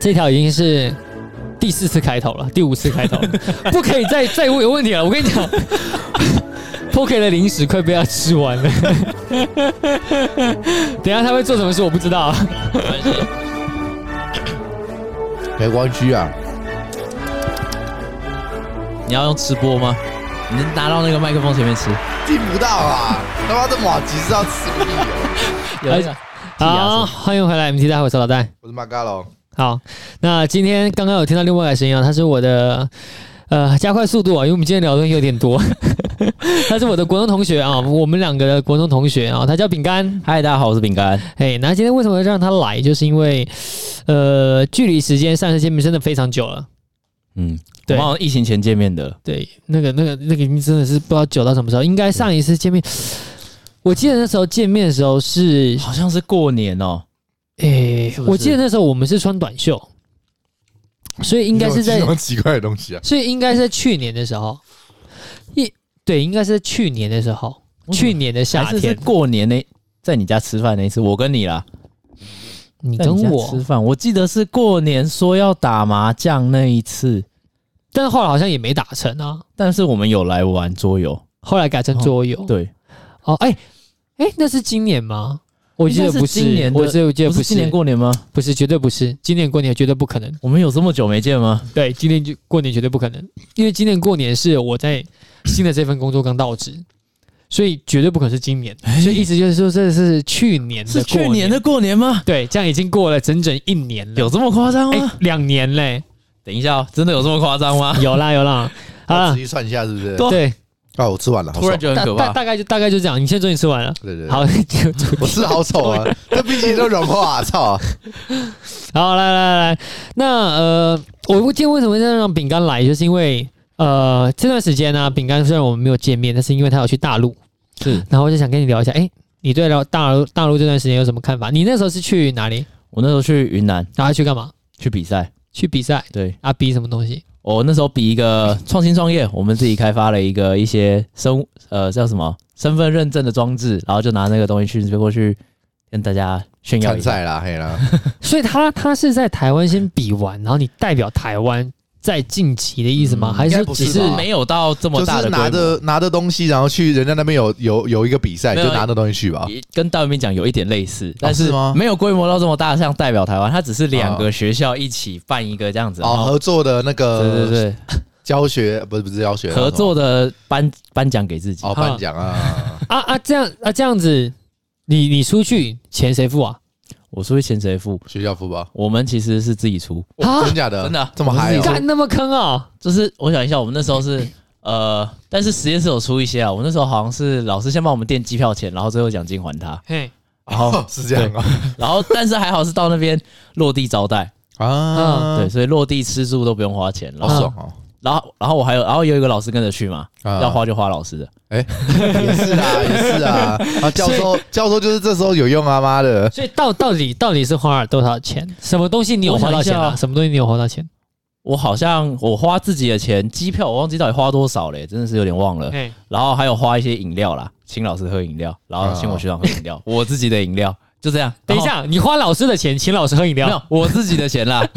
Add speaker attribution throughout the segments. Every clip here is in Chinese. Speaker 1: 这条已经是第四次开头了，第五次开头了，不可以再再问有问题了。我跟你讲 ，Pocket 的零食快被他吃完了。 等一下他会做什么事我不知道啊。
Speaker 2: 没关系，
Speaker 3: 没关系啊，
Speaker 2: 你要用吃播吗？你能拿到那个麦克风前面吃？
Speaker 3: 听不到啊！他妈的马吉是要吃屁哦！
Speaker 2: 有一个
Speaker 1: 好，欢迎回来，MT 大会，我是老戴。
Speaker 3: 我是马嘎龙，
Speaker 1: 好，那今天刚刚有听到另外一个声音啊，他是我的呃加快速度啊，因为我们今天聊的东西有点多。 他是我的国中同学啊，我们两个的国中同学啊，他叫饼干。
Speaker 2: 嗨，大家好，我是饼干。
Speaker 1: 嘿，哎那今天为什么让他来，就是因为呃距离时间上次见面真的非常久了。
Speaker 2: 嗯，
Speaker 1: 对
Speaker 2: 我们好像疫情前见面的，
Speaker 1: 对，那个、那个、那个，已经真的是不知道久到什么时候。应该上一次见面，我记得那时候见面的时候是，
Speaker 2: 好像是过年哦。
Speaker 1: 诶、
Speaker 2: 哎是不是
Speaker 1: 我记得那时候我们是穿短袖，所以应该是在
Speaker 3: 你怎么记那么奇怪的东西啊！
Speaker 1: 所以应该是在去年的时候，一对，应该是在去年的时候，去年的夏
Speaker 2: 还是是
Speaker 1: 天，
Speaker 2: 过年那在你家吃饭那一次，我跟你啦，
Speaker 1: 你
Speaker 2: 在
Speaker 1: 跟
Speaker 2: 家吃
Speaker 1: 我，
Speaker 2: 饭，我记得是过年说要打麻将那一次，
Speaker 1: 但后来好像也没打成啊，
Speaker 2: 但是我们有来玩桌游，
Speaker 1: 后来改成桌游。
Speaker 2: 对，
Speaker 1: 哦，哎、哎、那是今年吗？我记
Speaker 2: 应
Speaker 1: 得
Speaker 2: 该
Speaker 1: 不
Speaker 2: 是今年的
Speaker 1: 我记得我记得
Speaker 2: 不
Speaker 1: 不是
Speaker 2: 是今年，过年吗？
Speaker 1: 不是绝对不是，今年过年绝对不可能。
Speaker 2: 我们有这么久没见吗？
Speaker 1: 对，今年就过年绝对不可能，因为今年过年是我在新的这份工作刚到职，所以绝对不可能是今年。所以意思就是说，这是去年的
Speaker 2: 哎是
Speaker 1: 过
Speaker 2: 去年的过年吗？
Speaker 1: 对，这样已经过了整整一年了，
Speaker 2: 有这么夸张
Speaker 1: 哎
Speaker 2: 吗？
Speaker 1: 两年嘞，
Speaker 2: 等一下、哦，真的有这么夸张吗？
Speaker 1: 有啦有啦，好
Speaker 3: 我
Speaker 1: 啦
Speaker 3: 仔，细算一下，是不是？
Speaker 1: 对，
Speaker 3: 啊，我吃完了，好
Speaker 2: 啊突
Speaker 3: 爽。
Speaker 2: 然觉得
Speaker 1: 大
Speaker 2: 很可
Speaker 1: 大
Speaker 2: 怕。
Speaker 1: 大概就大概就这样，你现在终于吃完了，
Speaker 3: 对对，对，
Speaker 1: 好，就就
Speaker 3: 我吃好丑 啊！这冰淇淋都融化，操！
Speaker 1: 好，来来来，那呃，我今天为什么要让饼干来，就是因为呃这段时间呢、饼干虽然我们没有见面，但是因为他有去大陆，
Speaker 2: 是
Speaker 1: 然后我就想跟你聊一下，哎、你对了大陆大陆这段时间有什么看法？你那时候是去哪里？
Speaker 2: 我那时候去云南
Speaker 1: 然后去干嘛？
Speaker 2: 去比赛，
Speaker 1: 去比赛
Speaker 2: 对
Speaker 1: 啊？比什么东西？
Speaker 2: 我哦那时候比一个创新创业，我们自己开发了一个一些生呃叫什么身份认证的装置，然后就拿那个东西去过去跟大家炫耀
Speaker 3: 参
Speaker 2: 一下。
Speaker 3: 赛啦，嘿啦，
Speaker 1: 所以他他是在台湾先比完，然后你代表台湾再晋级的意思吗？
Speaker 2: 嗯
Speaker 1: 还
Speaker 3: 应
Speaker 1: 是
Speaker 3: 该不
Speaker 1: 只
Speaker 3: 是
Speaker 1: 是
Speaker 3: 吧
Speaker 2: 没有到这么
Speaker 3: 就
Speaker 2: 大
Speaker 3: 是
Speaker 2: 的规
Speaker 3: 拿
Speaker 2: 模，哦
Speaker 3: 着拿着东西，然后去人家那边有有有一个比赛，
Speaker 2: 没
Speaker 3: 就
Speaker 2: 有
Speaker 3: 拿着东西去吧。
Speaker 2: 也跟大外面讲有一点类似，但
Speaker 3: 是吗
Speaker 2: 没有规模到这么大，像代表台湾，它只是两个学校一起办一个这样子。然
Speaker 3: 哦，
Speaker 2: 后
Speaker 3: 合作的那
Speaker 2: 呃对哦
Speaker 3: 个
Speaker 2: 对
Speaker 3: 教学，不是不是教学，
Speaker 2: 对，合作的颁颁奖给自己，
Speaker 3: 哦，颁奖啊，
Speaker 1: 啊啊这样啊这样子，你你出去钱谁付啊？
Speaker 2: 我出去钱谁付？
Speaker 3: 学校福报，哦
Speaker 2: 我们其实是自己出，
Speaker 1: 啊
Speaker 3: 真假的？
Speaker 2: 真的
Speaker 3: 这么嗨
Speaker 2: 我
Speaker 3: 哦
Speaker 2: 是？
Speaker 1: 干那么坑啊、
Speaker 2: 就是我想一下，我们那时候 是呃，但是实验室有出一些啊，我那时候好像是老师先帮我们垫机票钱，然后最后奖金还他，
Speaker 1: 嘿，
Speaker 2: 然后
Speaker 3: 哦，是这样啊
Speaker 2: 然后但是还好是到那边落地招待，
Speaker 1: 嗯
Speaker 3: 啊，
Speaker 2: 对，，所以落地吃住都不用花钱，然
Speaker 3: 好
Speaker 2: 后
Speaker 3: 爽哦。
Speaker 2: 然后然后我还有然后有一个老师跟着去嘛，
Speaker 1: 嗯
Speaker 3: 啊
Speaker 2: 要花就花老师的。
Speaker 3: 也是啊， 也是啊，啊，教授教授就是这时候有用啊，妈的，
Speaker 1: 所以到到底到底是花了多少钱？什么东西你有花到钱
Speaker 2: 我想一
Speaker 1: 啊？
Speaker 2: 下
Speaker 1: 什么东西你有花到钱？
Speaker 2: 我好像我花自己的钱，机票我忘记到底花多少嘞，真的是有点忘了。
Speaker 1: 嘿，
Speaker 2: 然后还有花一些饮料啦，请老师喝饮料，然后请我学长喝饮料，我自己的饮料就这样。
Speaker 1: 嗯等一下，你花老师的钱请老师喝饮
Speaker 2: 然后，
Speaker 1: 料，
Speaker 2: 没有我自己的 钱啦。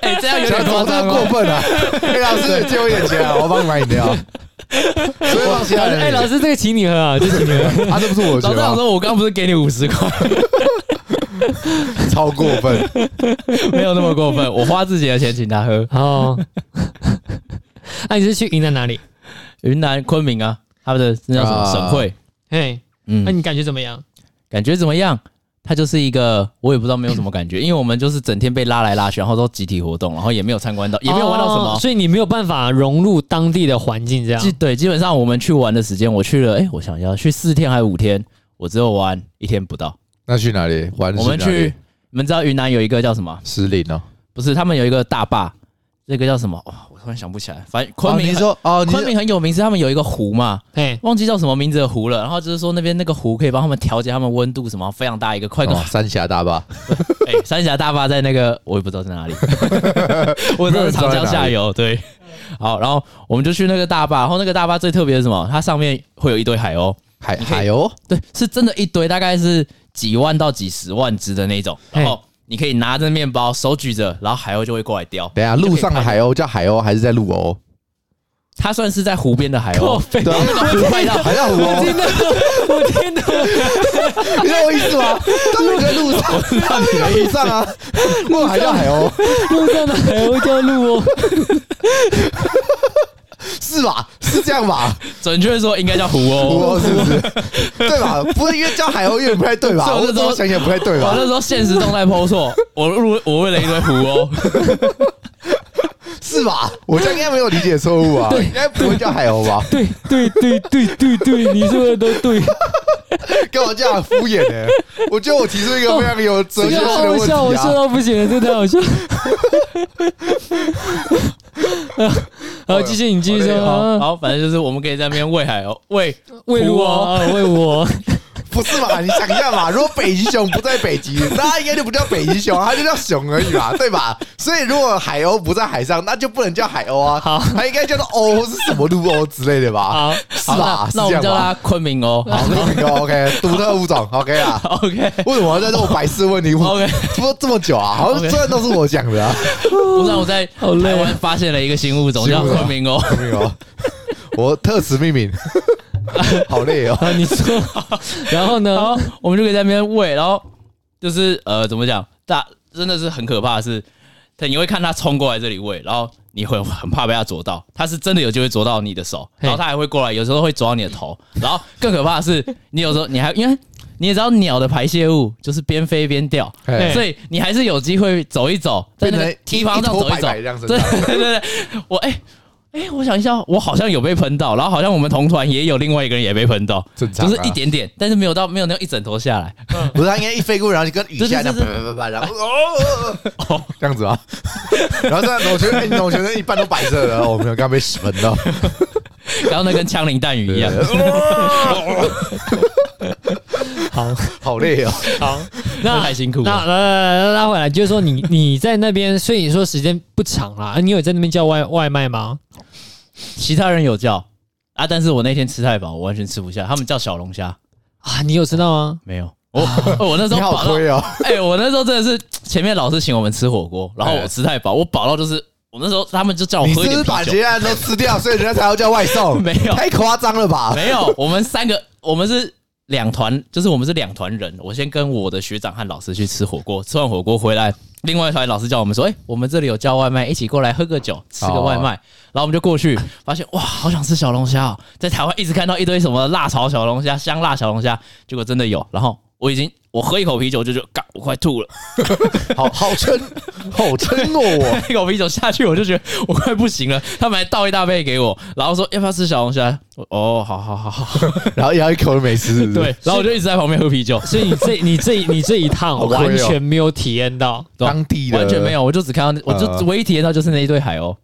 Speaker 2: 哎、这样有
Speaker 3: 小
Speaker 2: 点
Speaker 3: 总
Speaker 2: 夸
Speaker 3: 这
Speaker 2: 张
Speaker 3: 么
Speaker 2: 哦
Speaker 3: 过。分 啊！哎，老师借我一点钱啊，我帮你买饮料。所以放其他人
Speaker 1: 哎，
Speaker 3: 的
Speaker 1: 老
Speaker 3: 钱，
Speaker 1: 师这个请你喝啊，这请你 喝。
Speaker 3: 啊，这不是我
Speaker 2: 老
Speaker 3: 钱
Speaker 2: 师想
Speaker 3: 吗？
Speaker 2: 说，我刚不是给你五十 块，
Speaker 3: 超过分，
Speaker 2: 没有那么过分，我花自己的钱请他喝。
Speaker 1: 哦， 啊那你是去云南哪里？
Speaker 2: 云南昆明啊，他们的那叫什么
Speaker 3: 啊
Speaker 2: 省会？
Speaker 1: 嘿，那
Speaker 2: 嗯，
Speaker 1: 哎你感觉怎么样？
Speaker 2: 感觉怎么样？它就是一个，我也不知道没有什么感觉，因为我们就是整天被拉来拉去，然后都集体活动，然后也没有参观到，也没有玩到什么。
Speaker 1: 哦所以你没有办法融入当地的环境，这
Speaker 3: 啊
Speaker 1: 样
Speaker 2: 基对，基本上我们去玩的时间，我去了，哎、我想一下，去四天还是五天，我只有玩一天不到。
Speaker 3: 那去哪里玩？
Speaker 2: 我们去，你们知道云南有一个叫什么？
Speaker 3: 石林哦。
Speaker 2: 不是，他们有一个大坝，那个叫什么？哇，我突然想不起来。反正昆
Speaker 3: 哦
Speaker 2: 明
Speaker 3: 你
Speaker 2: 很、
Speaker 3: 说哦，你
Speaker 2: 昆
Speaker 3: 说
Speaker 2: 明很有名，是他们有一个湖嘛，
Speaker 1: 嘿，
Speaker 2: 忘记叫什么名字的湖了。然后就是说那边那个湖可以帮他们调节他们温度，什么非常大一个，快跟
Speaker 3: 哦三峡大坝，
Speaker 2: 哎、三峡大坝在那个我也不知道在哪里， 我真的是长江下游。对，好，然后我们就去那个大坝，然后那个大坝最特别的是什么？它上面会有一堆海鸥。
Speaker 3: 海海鸥
Speaker 2: 对，是真的一堆，大概是几万到几十万只的那种。
Speaker 1: 嘿
Speaker 2: 然后你可以拿着面包，手举着，然后海鸥就会过来叼。
Speaker 3: 等一下，路上的海鸥叫海鸥还是在陆鸥？
Speaker 2: 它算是在湖边的海
Speaker 1: 靠
Speaker 2: 鸥，
Speaker 1: 背
Speaker 3: 对啊，
Speaker 2: 快到
Speaker 3: 还叫
Speaker 1: 我
Speaker 3: 鸥，
Speaker 1: 听到，我听到，
Speaker 3: 你懂我意思吗？他们在路上，他们在路上啊，那还叫海鸥
Speaker 1: 路上的海鸥叫路哦，
Speaker 3: 是吧？是这样吧？
Speaker 2: 准确说应该叫湖
Speaker 3: 陆
Speaker 2: 鸥。
Speaker 1: 哦
Speaker 3: 鸥是不是？ 对吧？不是因为叫海鸥有点不太对 吧？
Speaker 2: 所以
Speaker 3: 我
Speaker 2: 我那时候
Speaker 3: 怎么
Speaker 1: 啊
Speaker 3: 想想不太对
Speaker 2: 我
Speaker 3: 吧
Speaker 2: 那？时候现实动态抛错，我入我喂了一堆湖鸥，
Speaker 3: 是吧？我这样应该没有理解错误啊，应该不会叫海 鸥吧？
Speaker 1: 对对对对对对，你说的都对，
Speaker 3: 干嘛这样敷衍呢？我觉得我提出一个非常有哲
Speaker 1: 这
Speaker 3: 学性
Speaker 1: 个好
Speaker 3: 的
Speaker 1: 好
Speaker 3: 问
Speaker 1: 笑，我
Speaker 3: 题
Speaker 1: 笑
Speaker 3: 啊！
Speaker 1: 到不行了，这太 好笑。好，继续你继续说
Speaker 3: 嗯
Speaker 2: 然
Speaker 1: 啊，
Speaker 2: 后反正就是我们可以在那边喂海鸥，喂
Speaker 1: 喂
Speaker 2: 湖
Speaker 1: 我
Speaker 2: 哦
Speaker 1: 啊，喂我，
Speaker 3: 不是嘛？你想一下嘛，如果北极熊不在北极，那它应该就不叫北极熊，它就叫熊而已嘛，对吧？所以如果海鸥不在海上，那就不能叫海鸥啊，
Speaker 1: 好
Speaker 3: 它应该叫做鸥是什么陆鸥之类的吧？
Speaker 1: 好，
Speaker 3: 是
Speaker 2: 好
Speaker 3: 吧？
Speaker 2: 那
Speaker 3: 是这
Speaker 2: 那我们
Speaker 3: 样
Speaker 2: 叫
Speaker 3: 吧
Speaker 2: 它？昆明鸥。
Speaker 3: 好，那个 OK，独特物种 OK 啊。
Speaker 2: OK
Speaker 3: 为什么要在这种白 痴问题问
Speaker 2: OK，
Speaker 3: 说这么久啊？好像
Speaker 2: OK
Speaker 3: 虽然都是我讲的啊，
Speaker 2: 我让我在
Speaker 1: 好累
Speaker 2: 台湾发现了一个新物种，
Speaker 3: 新
Speaker 2: 叫
Speaker 3: 物种
Speaker 2: 昆明鸥。
Speaker 3: 没有，我特此命 名，好累哦。
Speaker 1: 好，啊你 说，然后
Speaker 2: 然
Speaker 1: 呢？
Speaker 2: 后我们就可以在那边喂，然后就是呃，怎么讲？大真的是很可怕的是，它你会看它冲过来这里喂，然后你会很怕被它啄到，它是真的有机会啄到你的手，
Speaker 1: 嘿
Speaker 2: 然后它还会过来，有时候会啄到你的头，然后更可怕的是，你有时候你还因为。你也知道鸟的排泄物就是边飞边掉
Speaker 3: 嘿，
Speaker 2: 所以你还是有机会走一走，在那
Speaker 3: 变
Speaker 2: 个
Speaker 3: 成
Speaker 2: 堤防
Speaker 3: 一
Speaker 2: 上
Speaker 3: 坨
Speaker 2: 走一
Speaker 3: 白
Speaker 2: 走
Speaker 3: 白这样，子
Speaker 2: 对对对，对我哎哎、我想一下，我好像有被喷到，然后好像我们同团也有另外一个人也被喷到，
Speaker 3: 正常啊
Speaker 2: 就是一点点，但是没有到没有那种一整坨下来。
Speaker 3: 不是，他应该一飞过，然后就跟雨下这样
Speaker 2: 对
Speaker 3: 啪啪
Speaker 2: 对
Speaker 3: 啪啪，然后哦哦哦哦这样子 啊。然后这样，我觉得，哎，我觉得一半都白色的，我没有刚被屎喷到，
Speaker 2: 然后那跟枪林弹雨一样。
Speaker 1: 好，
Speaker 3: 好累哦。
Speaker 1: 好，那
Speaker 2: 太辛苦了
Speaker 1: 那来来拉回来，就是说你 你在那边，所以你说时间不长啦，啊你有在那边叫外外卖吗？
Speaker 2: 其他人有叫啊，但是我那天吃太饱，我完全吃不下。他们叫小龙虾，
Speaker 1: 啊，你有吃到吗？
Speaker 2: 没有。 我我那时
Speaker 3: 你
Speaker 2: 候饱
Speaker 3: 好
Speaker 2: 到，
Speaker 3: 亏哦，
Speaker 2: 哎、我那时候真的是前面老师请我们吃火锅，然后我吃太饱，我饱到就是我那时候他们就叫我
Speaker 3: 你
Speaker 2: 喝
Speaker 3: 是
Speaker 2: 一
Speaker 3: 不
Speaker 2: 点
Speaker 3: 是把
Speaker 2: 啤
Speaker 3: 其
Speaker 2: 酒，
Speaker 3: 他人都吃掉，所以人家才要叫外送？
Speaker 2: 没有
Speaker 3: 太夸张了吧？
Speaker 2: 没有，我们三个我们是。两团就是我们是两团人，我先跟我的学长和老师去吃火锅，吃完火锅回来，另外一团老师叫我们说，哎、我们这里有叫外卖，一起过来喝个酒，吃个外卖。然后我们就过去，发现哇，好想吃小龙虾哦，在台湾一直看到一堆什么辣炒小龙虾、香辣小龙虾，结果真的有。然后我已经我喝一口啤酒就就嘎，我快吐了，
Speaker 3: 好好撑，好撑哦， 我
Speaker 2: 一口啤酒下去，我就觉得我快不行了。他们还倒一大杯给我，然后说要不要吃小龙虾？我哦，好好好好，
Speaker 3: 然后咬一口都没吃，是不是
Speaker 2: 对，，然后我就 一直在旁边喝啤酒，
Speaker 1: 所以你这你这你这一趟
Speaker 3: 好亏哦
Speaker 1: 完全没有体验到，
Speaker 3: 当地的
Speaker 2: 完全没有，我就只看到，我
Speaker 3: 呃
Speaker 2: 就唯一体验到就是那一对海 鸥，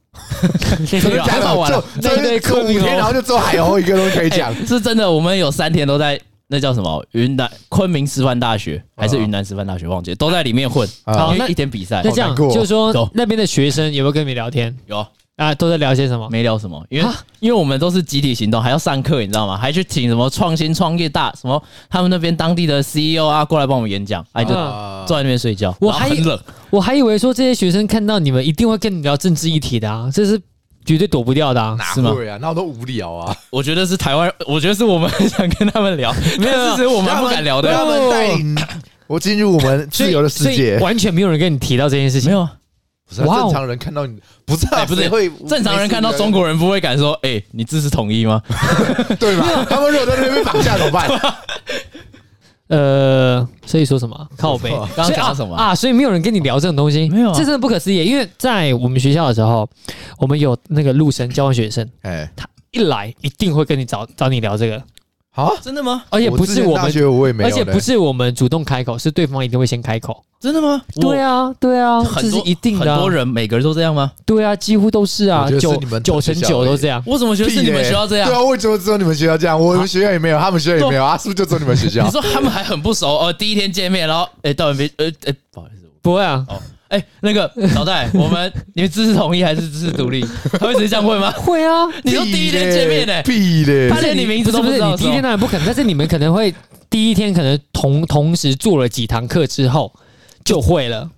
Speaker 1: 真
Speaker 2: 假的太好玩了
Speaker 3: 就
Speaker 1: 这一
Speaker 3: 就
Speaker 1: 堆
Speaker 3: 是这
Speaker 1: 科
Speaker 3: 五
Speaker 1: 比
Speaker 3: 天，然后
Speaker 1: 哦，
Speaker 3: 就只有海鸥一个东西可以 讲
Speaker 2: 哎，是真的。我们有三天都在那叫什么云南昆明师范大学还是云南师范大学忘记了，都在里面混，
Speaker 3: 啊
Speaker 2: 因
Speaker 1: 那
Speaker 2: 为一点比赛
Speaker 1: 那这样
Speaker 3: 好难过哦
Speaker 1: 就是说
Speaker 2: 走
Speaker 1: 那边的学生有没有跟你聊天
Speaker 2: 有
Speaker 1: 啊？都在聊些什么？
Speaker 2: 没聊什么，因为
Speaker 1: 啊
Speaker 2: 因为我们都是集体行动，还要上课，你知道吗？还去请什么创新创业大什么他们那边当地的 CEO 啊过来帮我们演讲，哎就
Speaker 1: 啊
Speaker 2: 坐在那边睡觉，
Speaker 1: 我
Speaker 2: 然后
Speaker 1: 还
Speaker 2: 很冷，
Speaker 1: 我还以为说这些学生看到你们一定会跟你聊政治议题的啊，这是绝对躲不掉的啊。
Speaker 3: 哪
Speaker 2: 是吗
Speaker 3: 会啊？那我都无聊啊。
Speaker 2: 我觉得是台湾，我觉得是我们很想跟他们聊，没有，其实我们不敢聊的，哦
Speaker 3: 他们带领我进入我们
Speaker 1: 所以
Speaker 3: 自由的
Speaker 1: 所
Speaker 3: 世
Speaker 1: 以
Speaker 3: 界。
Speaker 1: 完全没有人跟你提到这件事情，
Speaker 2: 没有啊。
Speaker 3: 不是啊
Speaker 1: 哇哦
Speaker 3: 正常人看到你，不是啊，
Speaker 2: 哎不是
Speaker 3: 谁会
Speaker 2: 正常人看到中国人不会敢说，哎、你支持统一吗？
Speaker 3: 对 吧？他们如果在那边被绑架怎么办？
Speaker 1: 呃，所以说什么靠 背？
Speaker 3: 刚
Speaker 2: 刚讲什
Speaker 1: 所
Speaker 2: 么
Speaker 1: 以啊啊？所以没有人跟你聊这种东西，
Speaker 2: 没有啊
Speaker 1: 这真的不可思议。因为在我们学校的时候，我们有那个陆生交换学生，
Speaker 3: 哎，
Speaker 1: 一来一定会跟你找找你聊这个，
Speaker 3: 好，
Speaker 2: 真的吗？
Speaker 1: 而且不是
Speaker 3: 啊我之前
Speaker 1: 我
Speaker 3: 大
Speaker 1: 们，
Speaker 3: 学我也没有
Speaker 1: 而
Speaker 3: 呢，
Speaker 1: 且不是我们主动开口，是对方一定会先开口。
Speaker 2: 真的吗？
Speaker 1: 对
Speaker 2: 啊，
Speaker 1: 啊，对啊，
Speaker 2: 很
Speaker 1: 这是
Speaker 2: 多
Speaker 1: 一定的啊、
Speaker 2: 很多人每个人都这样吗？
Speaker 1: 对啊，几乎都是
Speaker 3: 我
Speaker 1: 啊，
Speaker 3: 觉得是
Speaker 1: 九
Speaker 3: 你们
Speaker 1: 九成
Speaker 3: 学校
Speaker 1: 九
Speaker 3: 而已
Speaker 1: 都这样。
Speaker 2: 我怎么觉得是你们学校这样哦
Speaker 3: 对？啊，为什么只有你们学校这样？我们学校也没有，他们学校也没有啊，是不是就只有你们学校
Speaker 2: 你？说他们还很不熟哦，第一天见面，然后哎，到底没呃哎，不好意思，
Speaker 1: 不会啊，
Speaker 2: 哦，哎、那个老戴，我们你们支持统一还是支持独立？他会直接这样问吗？
Speaker 1: 会啊。
Speaker 2: 你说第一天见面呢、
Speaker 3: 屁嘞！
Speaker 2: 他连你名字都
Speaker 1: 不
Speaker 2: 知
Speaker 1: 是
Speaker 2: 道
Speaker 1: 你
Speaker 2: 的时
Speaker 1: 第
Speaker 2: 候
Speaker 1: 一天当然不可能，但是你们可能会第一天可能同同时做了几堂课之后，就会了。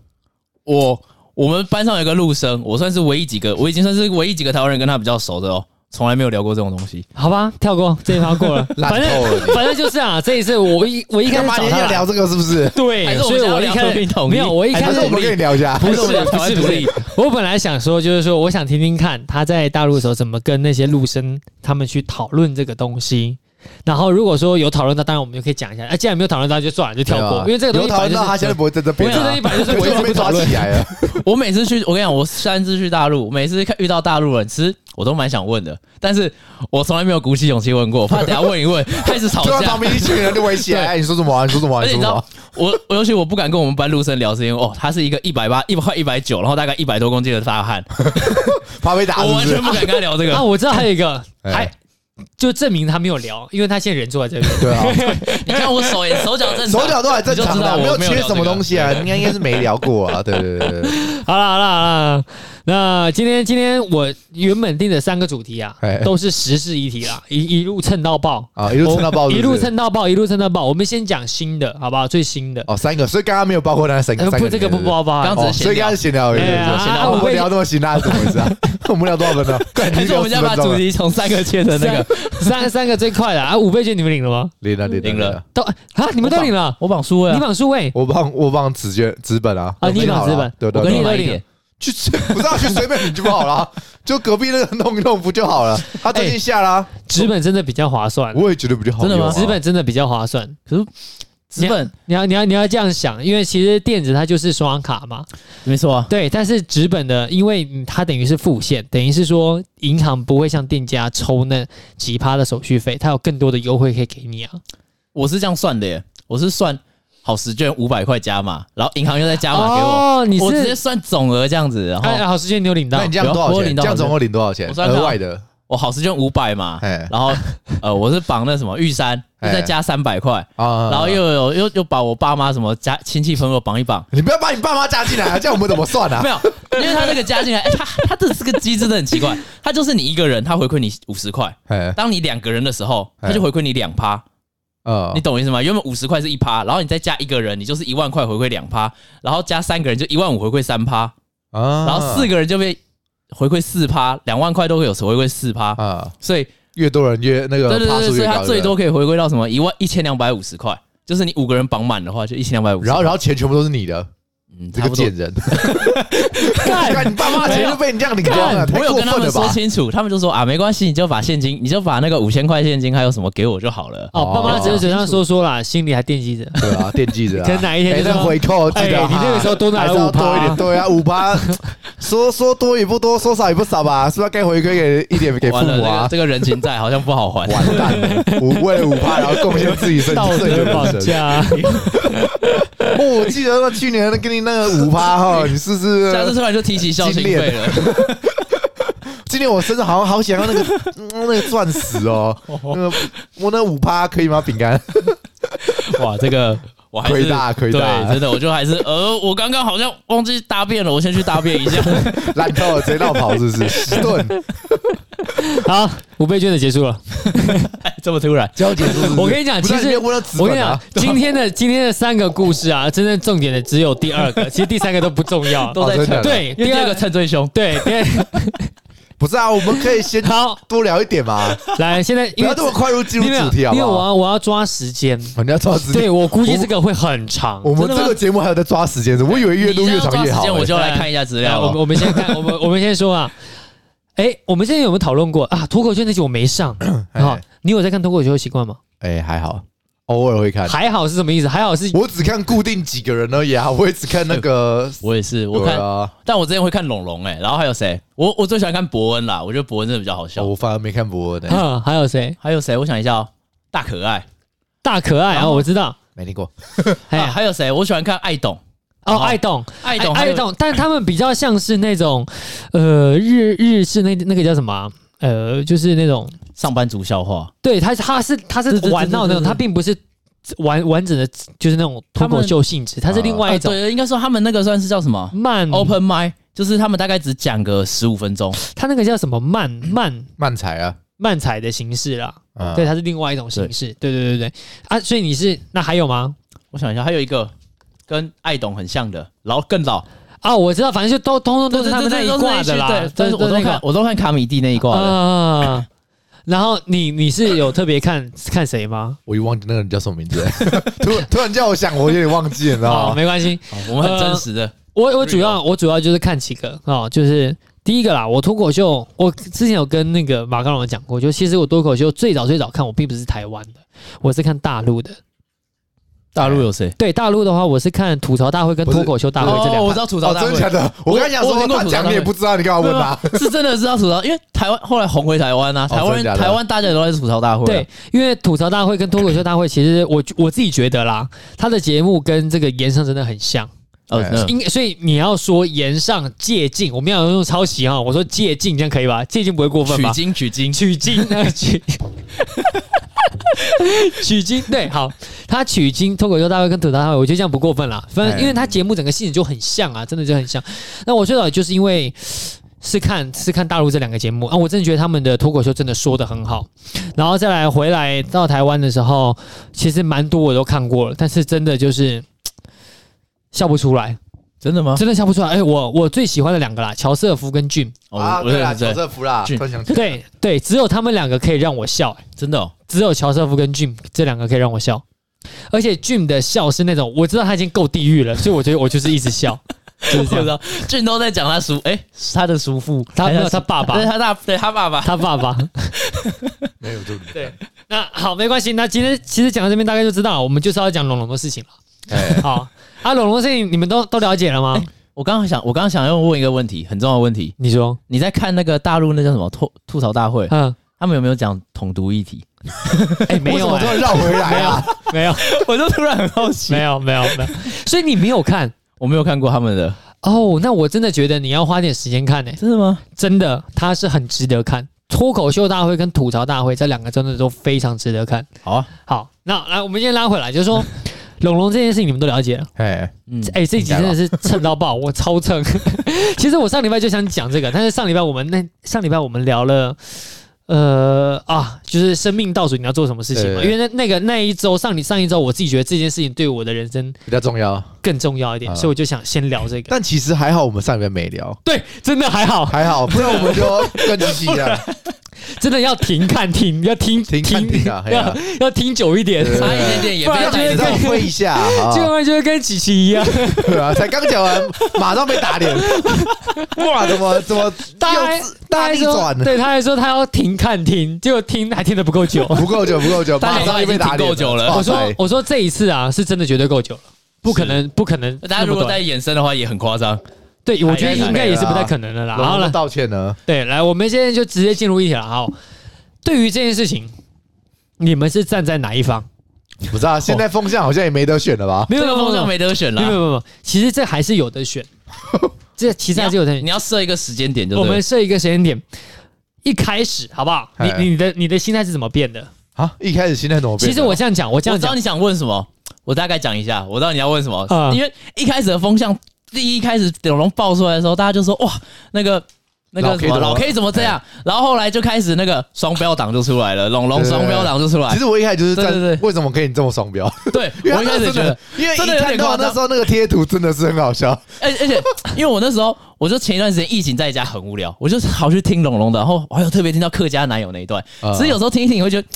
Speaker 2: 我我们班上有一个陆生，我算是唯一几个，我已经算是唯一几个台湾人跟他比较熟的哦，从来没有聊过这种东西。
Speaker 1: 好吧，跳过这一趴过 了，
Speaker 3: 烂
Speaker 1: 反正
Speaker 3: 透了
Speaker 1: 反正就是啊，这一次我一我一
Speaker 3: 你
Speaker 1: 开
Speaker 3: 干
Speaker 1: 始
Speaker 3: 嘛
Speaker 1: 找
Speaker 3: 你
Speaker 1: 他
Speaker 3: 要
Speaker 1: 来，
Speaker 3: 聊这个是不是？
Speaker 1: 对，
Speaker 2: 还是我
Speaker 1: 所
Speaker 2: 们
Speaker 1: 以
Speaker 2: 想要
Speaker 1: 我一
Speaker 2: 聊
Speaker 1: 开
Speaker 2: 和平
Speaker 1: 始
Speaker 2: 统一
Speaker 1: 没有，我一开
Speaker 3: 还
Speaker 1: 始
Speaker 3: 是我们跟你聊一下？
Speaker 1: 不
Speaker 2: 还
Speaker 1: 是
Speaker 2: 是我们聊台湾独立
Speaker 1: 不我本来想说，就是说，我想听听看他在大陆的时候怎么跟那些陆生他们去讨论这个东西。然后如果说有讨论到，当然我们就可以讲一下。哎、既然没有讨论到，就算了，就跳过，
Speaker 3: 对啊
Speaker 1: 因为这个东西
Speaker 3: 有讨
Speaker 1: 反
Speaker 3: 论
Speaker 1: 正
Speaker 3: 到他现
Speaker 1: 就
Speaker 3: 在
Speaker 1: 是。
Speaker 3: 不会在这边
Speaker 1: 这个
Speaker 3: 啊，
Speaker 1: 东西本来就是我一
Speaker 3: 就
Speaker 1: 直
Speaker 3: 被
Speaker 1: 不讨
Speaker 3: 抓
Speaker 1: 论
Speaker 3: 起，来 了。
Speaker 2: 我每次去，我跟你讲，我擅自去大陆，每次看遇到大陆人，其实我都蛮想问的，但是我从来没有鼓起勇气问过，我怕等下问一问开始吵
Speaker 3: 就让
Speaker 2: 架
Speaker 3: 旁。边一群人就围起来，哎，你说什么啊？你说什么啊？
Speaker 2: 而
Speaker 3: 你
Speaker 2: 且
Speaker 3: 说什
Speaker 2: 你知道
Speaker 3: 么？，
Speaker 2: 我 我尤其我不敢跟我们班陆生聊，是因为哦，他是一个一百八、一百快一百九，然后大概一百多公斤的大汉，
Speaker 3: 啊怕被打
Speaker 2: 我
Speaker 3: 是不是？
Speaker 2: 完全不敢跟他聊这
Speaker 1: 啊，
Speaker 2: 个。
Speaker 1: 我知道还有一个，
Speaker 3: 哎
Speaker 1: 还就证明他没有聊，因为他现在人坐在这 边。
Speaker 3: 对啊，
Speaker 2: 你看我手也手脚正常，
Speaker 3: 手脚都还正常
Speaker 2: 你就知
Speaker 3: 的
Speaker 2: 道
Speaker 3: 啊，
Speaker 2: 我
Speaker 3: 没有
Speaker 2: 没有
Speaker 3: 缺
Speaker 2: 聊
Speaker 3: 什么
Speaker 2: 这个
Speaker 3: 东西啊，应该应该是没聊过啊。对对对对对，
Speaker 1: 好了好了好了，那今天今天我原本定的三个主题啊
Speaker 3: 哎，
Speaker 1: 都是时事议题啦，一一路蹭到爆，
Speaker 3: 啊，一 路蹭到爆，
Speaker 1: 一
Speaker 3: 是不
Speaker 1: 路
Speaker 3: 是
Speaker 1: 蹭到爆，一路蹭到爆。我们先讲新的，好不好？最新的，
Speaker 3: 哦，三个，所以刚刚没有包括那三
Speaker 1: 呃
Speaker 3: 三个
Speaker 1: 不，
Speaker 3: 人，
Speaker 1: 这个不
Speaker 3: 对对对
Speaker 1: 包包啊。
Speaker 2: 刚
Speaker 3: 哦，所以刚刚闲聊而已。
Speaker 1: 哎
Speaker 3: 对
Speaker 1: 呀
Speaker 3: 对对
Speaker 1: 啊
Speaker 3: 我
Speaker 1: 我
Speaker 3: 们
Speaker 1: 被
Speaker 3: 聊这么辛辣是怎么 回事啊？我们聊多少分钟？快
Speaker 2: 还
Speaker 3: 点，
Speaker 2: 是我们现在把
Speaker 3: 啊
Speaker 2: 主题从三个切成那个，
Speaker 1: 三三个最快的啊，五倍券你们领了吗？
Speaker 3: 零了零
Speaker 2: 零了
Speaker 3: 了，
Speaker 1: 都啊，你们都领了，
Speaker 2: 我绑书位
Speaker 1: 你
Speaker 2: 啊，
Speaker 1: 绑数位
Speaker 3: 我帮我帮纸卷纸本啊，
Speaker 1: 啊，
Speaker 3: 我
Speaker 1: 你
Speaker 3: 们
Speaker 1: 绑
Speaker 3: 好
Speaker 1: 资
Speaker 3: 了
Speaker 1: 本，
Speaker 3: 对
Speaker 1: 我跟
Speaker 3: 对对
Speaker 1: 你
Speaker 2: 对
Speaker 1: 都
Speaker 2: 对
Speaker 1: 领了。
Speaker 3: 去吃 不是要啊去随便领就不好 了，就隔壁那个弄一弄不就好了？他最近下啦，
Speaker 1: 纸本真的比较划算，
Speaker 3: 哎我也觉得不就好用啊
Speaker 1: 纸本真的比较划算。
Speaker 2: 资本
Speaker 1: 你要你要你要这样想，因为其实电子它就是刷卡嘛，
Speaker 2: 没错啊，
Speaker 1: 对。但是纸本的，因为你它等于是付现，等于是说银行不会像店家抽那几趴的手续费，它有更多的优惠可以给你啊。
Speaker 2: 我是这样算的耶，我是算好十卷五百块加码，然后银行又再加码给我，
Speaker 1: 哦，你
Speaker 2: 我直接
Speaker 1: 是
Speaker 2: 算总额这样子，然后
Speaker 1: 哎，好时间你有领到
Speaker 3: 哦那你这样多
Speaker 2: 有
Speaker 3: 少
Speaker 2: 我
Speaker 3: 钱？
Speaker 2: 领到
Speaker 3: 这样总共领多少钱？
Speaker 2: 我算看啊
Speaker 3: 额外的，
Speaker 2: 我好十卷五百嘛，
Speaker 3: 哎
Speaker 2: 然后呃我是绑那什么玉山，
Speaker 3: 哎
Speaker 2: 又再加三百块，
Speaker 1: 哎
Speaker 3: 啊
Speaker 2: 然后又有又又把我爸妈什么家亲戚朋友绑一绑。
Speaker 3: 你不要把你爸妈加进来 啊，这样我们怎么算啊
Speaker 2: 没？有，因为他那个加进来，哎他他这这个机制真的很奇怪， 他就是你一个人，他回馈你五十块，
Speaker 3: 哎，
Speaker 2: 当你两个人的时候，
Speaker 1: 哎
Speaker 2: 他就回馈你两趴，
Speaker 1: 哦
Speaker 3: 啊
Speaker 2: 你懂我意思吗？原本五十块是一趴，然后你再加一个人，你就是一万块回馈两趴，然后加三个人就一万五回馈三趴，
Speaker 3: 啊
Speaker 2: 然后四个人就被回馈四趴，两万块都会有回馈四趴，
Speaker 3: 啊，
Speaker 2: 所以
Speaker 3: 越多人越那个
Speaker 2: 对对
Speaker 3: 趴
Speaker 2: 对，
Speaker 3: 数
Speaker 2: 所
Speaker 3: 越
Speaker 2: 以
Speaker 3: 高
Speaker 2: 它
Speaker 3: 对
Speaker 2: 最
Speaker 3: 不对
Speaker 2: 多可以回馈到什么一万一千两百五十块，就是你五个人绑满的话就一千两百五十。
Speaker 3: 然后然后钱全部都是你的，
Speaker 2: 嗯，
Speaker 3: 这
Speaker 2: 差
Speaker 3: 个
Speaker 2: 不多。
Speaker 3: 贱人，
Speaker 1: 干
Speaker 3: 看你爸妈钱就被你这样领光了，太
Speaker 2: 我有
Speaker 3: 过
Speaker 2: 跟他
Speaker 3: 分
Speaker 2: 们
Speaker 3: 了
Speaker 2: 说
Speaker 3: 吧？
Speaker 2: 清楚，他们就说啊，没关系，你就把现金，你就把那个五千块现金还有什么给我就好了。
Speaker 1: 哦，爸妈只是
Speaker 3: 哦
Speaker 1: 嘴上说说啦，心里还惦记着。
Speaker 3: 对啊，惦记着啊，
Speaker 1: 可能哪一天
Speaker 3: 哎
Speaker 1: 就说
Speaker 3: 那回扣记得啊，
Speaker 1: 哎你那个时候多拿了
Speaker 3: 还是要
Speaker 1: 5%
Speaker 3: 多一点，对啊，五趴，说说多也不多，说少也不少吧，是不是该回馈给一点给父
Speaker 2: 完了，这
Speaker 3: 母
Speaker 2: 个
Speaker 3: 啊？
Speaker 2: 这个人情债好像不好还。
Speaker 3: 完蛋了，五为了五趴，然后贡献自己 身
Speaker 1: 道
Speaker 3: 自己
Speaker 1: 德
Speaker 3: 的
Speaker 1: 绑
Speaker 3: 人生。
Speaker 1: 架，
Speaker 3: 哦，我记得那去年那给你那个 五趴哈，你是不
Speaker 2: 下次
Speaker 3: 是？
Speaker 2: 突然就提起孝心费了，
Speaker 3: 今年我身上好像好想要那个 嗯那个钻 石哦，那个我那五趴可以吗？饼干，
Speaker 2: 哇，这个我还是
Speaker 3: 亏大亏大
Speaker 2: 对，真的，我就还是呃，我刚刚好像忘记大便了，我先去大便一 下。
Speaker 3: 烂透了，直接绕跑是不 是？十顿
Speaker 1: 好，五倍券的结束了。
Speaker 2: 哎这么突然，
Speaker 3: 交结束是不是
Speaker 1: 我跟你讲
Speaker 3: 不是
Speaker 1: 其实
Speaker 3: 你没有问到纸
Speaker 1: 我跟你
Speaker 3: 本
Speaker 1: 讲
Speaker 3: 啊，，
Speaker 1: 今天的今天的三个故事啊，真正重点的只有第二 个，其实第三个都不重要。
Speaker 2: 都在
Speaker 3: 哦真的
Speaker 2: 蹭，
Speaker 1: 对，
Speaker 2: 因
Speaker 1: 第
Speaker 2: 为第
Speaker 1: 二
Speaker 2: 二
Speaker 1: 个
Speaker 2: 个蹭最凶。
Speaker 1: 对，第二
Speaker 3: 不是啊，我们可以先
Speaker 1: 好
Speaker 3: 多聊一点嘛，
Speaker 1: 来，现在
Speaker 3: 不
Speaker 1: 因为
Speaker 3: 要这么快入进入
Speaker 1: 因为
Speaker 3: 主题好
Speaker 1: 因
Speaker 3: 不
Speaker 1: 为我
Speaker 3: 好？
Speaker 1: 要我要抓时间，
Speaker 3: 我们要抓时
Speaker 1: 对
Speaker 3: 间，
Speaker 1: 我估计这个会很长。
Speaker 3: 我们
Speaker 2: 真的
Speaker 3: 这
Speaker 2: 吗
Speaker 3: 个节目还有在抓时间，我以为越录越
Speaker 2: 你这样抓
Speaker 3: 长越好
Speaker 2: 时。间我
Speaker 3: 欸啊
Speaker 2: 就来看一下资
Speaker 1: 来
Speaker 2: 料
Speaker 1: 我们
Speaker 2: 哦。
Speaker 1: 我们先看，我们我们先说啊。哎，我们之前有没有讨论过啊？脱口秀那集我没 上，好
Speaker 3: 哎，
Speaker 1: 你有在看脱口秀的习惯吗？
Speaker 3: 哎，还好，偶尔会
Speaker 2: 哎
Speaker 3: 看。
Speaker 1: 还好是什么意思？还好是
Speaker 3: 我只看固定几个人而已啊，我也只看那个。
Speaker 2: 我也是，我看
Speaker 3: 对啊，
Speaker 2: 但我之前会看龙龙哎，然后还有谁？我我最喜欢看伯恩啦，我觉得伯恩真的比较好
Speaker 3: 哦
Speaker 2: 笑。
Speaker 3: 我反而没看博文欸的，
Speaker 1: 啊，还有谁？
Speaker 2: 还有谁？我想一下哦，大可爱，
Speaker 1: 大可爱啊，我知道。
Speaker 3: 没听过。
Speaker 2: 啊
Speaker 1: 哎，
Speaker 2: 还有谁？我喜欢看爱董，
Speaker 1: 哦，
Speaker 2: 哦
Speaker 1: 爱动，
Speaker 2: 爱董，还
Speaker 1: 爱
Speaker 2: 有，
Speaker 1: 动，但他们比较像是那种，呃，日日式那那个叫什么啊、呃，就是那种，
Speaker 2: 上班族笑话，
Speaker 1: 对他他是他是
Speaker 2: 对对对
Speaker 1: 玩闹那
Speaker 2: 对
Speaker 1: 种，
Speaker 2: 对对
Speaker 1: 他并不是完完整的，就是那种脱口秀性质，他是另外
Speaker 2: 哎，
Speaker 1: 一种
Speaker 2: 对，应该说他们那个算是叫什么
Speaker 1: 慢，
Speaker 3: 嗯
Speaker 2: ？Open m i 就是他们大概只讲个十五分钟，
Speaker 1: 他那个叫什么慢慢
Speaker 3: 漫才啊，
Speaker 1: 慢彩的形式啦，
Speaker 3: 啊
Speaker 1: 对，它是另外一种形式，对对对对啊，所以你是那还有吗？
Speaker 2: 我想一下，还有一个跟爱董很像的，老更老，
Speaker 1: 啊，我知道，反正就都通通都是他们那一挂的啦
Speaker 2: 对，但是呃我都看我都看卡米蒂那一挂的，
Speaker 1: 啊。然后你你是有特别看看谁吗？
Speaker 3: 我又忘记那个人叫什么名字了， 突突然叫我想，我有点忘记了，你知
Speaker 1: 哦
Speaker 3: 道，吗？
Speaker 1: 没关系，
Speaker 2: 好我们很真实
Speaker 3: 呃
Speaker 2: 的。
Speaker 1: 我我主要我主要就是看几个哦，就是第一个啦，我脱口秀，我之前有跟那个马高龙讲过，就其实我脱口秀最早最早看我并不是台湾的，我是看大陆的。
Speaker 2: 大陆有谁？
Speaker 1: 对大陆的话，我是看吐槽大会跟脱口秀大会这两个。
Speaker 2: 哦，我知道吐槽
Speaker 3: 哦，
Speaker 2: 大会，
Speaker 3: 真的假的？我刚才想
Speaker 2: 我
Speaker 3: 说
Speaker 2: 听过
Speaker 3: 他
Speaker 2: 吐槽
Speaker 3: 讲
Speaker 2: 大
Speaker 3: 你也
Speaker 2: 会
Speaker 3: 不知道，你干嘛
Speaker 2: 没
Speaker 3: 问
Speaker 2: 有
Speaker 3: 他？
Speaker 2: 没有 是真的知道吐槽，因为台湾后来红回台湾啊，台湾
Speaker 3: 哦真
Speaker 2: 人、
Speaker 3: 的假的
Speaker 2: 台湾大家也都在吐槽大会、啊
Speaker 1: 对，，因为吐槽大会跟脱口秀大会，其实我我自己觉得啦，他的节目跟这个延上真的很像。
Speaker 2: 哦，
Speaker 3: 对
Speaker 2: 真的
Speaker 1: 应该，所以你要说言上借镜，我们要用抄袭啊！我说借镜这样可以吧？借镜不会过分
Speaker 2: 取
Speaker 1: 吧？
Speaker 2: 经取经，
Speaker 1: 取经，那个取取经，对，好，他取经脱口秀大会跟吐槽大会，我觉得这样不过分啦。反正
Speaker 3: 哎
Speaker 1: 因为他节目整个性质就很像啊，真的就很像。那我最早就是因为。是看是看大陆这两个节目啊，我真的觉得他们的脱口秀真的说的很好，然后再来回来到台湾的时候，其实蛮多我都看过了，但是真的就是笑不出来，
Speaker 2: 真的吗？
Speaker 1: 真的笑不出来。哎、我我最喜欢的两个啦，乔瑟夫跟俊，
Speaker 2: 哦
Speaker 3: 啊，
Speaker 2: 我
Speaker 3: 对啦，乔
Speaker 2: 对，
Speaker 3: 瑟夫啦，
Speaker 2: 俊
Speaker 3: 突然想 起来，
Speaker 1: 对对，只有他们两个可以让我笑、哎
Speaker 2: 真的、哦，
Speaker 1: 只有乔瑟夫跟俊这两个可以让我笑。而且俊的笑是那种我知道他已经够地狱了，所以我觉得我就是一直 笑，就是
Speaker 2: 我
Speaker 1: 这
Speaker 2: 知
Speaker 1: 样。
Speaker 2: 道，俊都在讲他叔，哎、啊他的叔父，
Speaker 1: 哎他没有
Speaker 2: 还是
Speaker 1: 他爸爸
Speaker 2: 对他大，对他爸爸，
Speaker 1: 他爸爸。
Speaker 3: 没有就
Speaker 1: 对， 那好，没关系。那今天其实讲到这边，大概就知道我们就是要讲龙龙的事情了。
Speaker 3: 哎，
Speaker 1: 好，啊，龙龙的事情你们都都了解了吗？
Speaker 2: 我刚刚想，我刚刚想要问一个问题，很重要的问题，
Speaker 1: 你 说，
Speaker 2: 你在看那个大陆那叫什么吐吐槽大会，
Speaker 1: 嗯，
Speaker 2: 他们有没有讲统独议题？
Speaker 1: 哎、 没有、
Speaker 3: 我突
Speaker 1: 哎
Speaker 3: 然绕回来 啊？
Speaker 1: 没有，
Speaker 2: 我就突然很好奇
Speaker 1: 没，有，没有，没有。 所以你没有看
Speaker 2: 我没有看过他们的，
Speaker 1: 哦？那我真的觉得你要花点时间看呢、哎
Speaker 2: 真的吗？
Speaker 1: 真的，它是很值得看。脱口秀大会跟吐槽大会这两个真的都非常值得看。
Speaker 2: 好啊，
Speaker 1: 好，那来我们今天拉回来，就是 说龙龙这件事情你们都了解了。
Speaker 3: 哎，
Speaker 2: 嗯，
Speaker 1: 哎、这集真的是蹭到 爆，我超蹭。其实我上礼拜就想讲这个，但是上礼拜我们那上礼拜我们聊了。呃啊，就是生命倒数你要做什么事情嘛？
Speaker 3: 对
Speaker 1: 因为那那个那一周上你上一周，我自己觉得这件事情对我的人生
Speaker 3: 比较重要。
Speaker 1: 更重要一点，
Speaker 3: 啊
Speaker 1: 所以我就想先聊这个。
Speaker 3: 但其实还好，我们上一边没聊，
Speaker 1: 对，真的还好，
Speaker 3: 还 好，不然我们就跟你一样，
Speaker 1: 真的要停看听，要听
Speaker 3: 停看停啊，嘿啊
Speaker 1: 要要听久一点，
Speaker 3: 对
Speaker 2: 差一点点也
Speaker 1: 不
Speaker 2: 被
Speaker 1: 然
Speaker 2: 逮
Speaker 1: 就会跟
Speaker 2: 到
Speaker 3: 让我挥一 下
Speaker 1: 这
Speaker 3: 啊，
Speaker 1: 玩意就会跟琪琪一样，
Speaker 3: 对啊，才刚讲完，马上被打 脸，哇，怎么怎么
Speaker 1: 他
Speaker 3: 又
Speaker 1: 还
Speaker 3: 自
Speaker 1: 他
Speaker 3: 大
Speaker 1: 还
Speaker 3: 逆
Speaker 1: 说，
Speaker 3: 转？
Speaker 1: 对，他还说他要停看听，结果听还听的不够久。
Speaker 3: 不够久，不够久，
Speaker 2: 大家
Speaker 3: 马上就被打
Speaker 2: 已经
Speaker 3: 脸，
Speaker 2: 够久了
Speaker 3: 哇
Speaker 1: 我说
Speaker 3: 塞
Speaker 1: 我说这一次啊，是真的绝对够久了，不可能不可能那么短。
Speaker 2: 大家如果再延伸的话，也很夸张。
Speaker 1: 对，我觉得
Speaker 2: 太难
Speaker 1: 应该也是不太可能的啦。
Speaker 3: 然
Speaker 1: 好
Speaker 3: 后
Speaker 1: 了，
Speaker 3: 道歉呢？
Speaker 1: 对，来，我们现在就直接进入一题了。好，对于这件事情，你们是站在哪一方？
Speaker 3: 不
Speaker 2: 哦
Speaker 3: 知道，现在风向好像也没得选了吧？
Speaker 1: 没有
Speaker 2: 这
Speaker 1: 没
Speaker 2: 个
Speaker 1: 有
Speaker 2: 风
Speaker 1: 没有
Speaker 2: 向没得选
Speaker 1: 没有没
Speaker 2: 了。
Speaker 1: 有没有，其实这还是有的选，这其实还是有的选
Speaker 2: 你。要设一个时间点就
Speaker 1: 我
Speaker 2: 对了
Speaker 1: 们设一个时间点，一开始好不好？
Speaker 3: 哎
Speaker 1: 你你的你的心态是怎么变的？
Speaker 3: 啊，一开始心态怎么变
Speaker 1: 其
Speaker 3: 了？
Speaker 1: 实我这样讲，我这
Speaker 2: 我
Speaker 1: 样
Speaker 2: 知道
Speaker 1: 讲，
Speaker 2: 你想问什么，我大概讲一下。我知道你要问什么，
Speaker 1: 嗯
Speaker 2: 因为一开始的风向，第一开始柳龙爆出来的时候，大家就说哇，那个那
Speaker 3: 老
Speaker 2: 个
Speaker 3: K
Speaker 2: 什么
Speaker 3: 怎么
Speaker 2: 老 K 怎么这样？
Speaker 1: 哎
Speaker 2: 然后后来就开始那个双标党就出来了，龙龙
Speaker 3: 对对对
Speaker 2: 双标党就出来
Speaker 3: 其。实我一开始就是站
Speaker 2: 对对，对
Speaker 3: 为什么可以这么双标？
Speaker 2: 对，
Speaker 3: 因为
Speaker 2: 我一开始觉得，，
Speaker 3: 因为
Speaker 2: 真的
Speaker 3: 一
Speaker 2: 有
Speaker 3: 看
Speaker 2: 点
Speaker 3: 到
Speaker 2: 夸张
Speaker 3: 那时候那个贴图真的是很好笑，
Speaker 2: 而而且因为我那时候，我就前一段时间疫情在家很无聊，我就好去听龙龙的，然后我还有特别听到客家男友那一段，
Speaker 3: 啊
Speaker 2: 只是有时候听一听，你会觉得。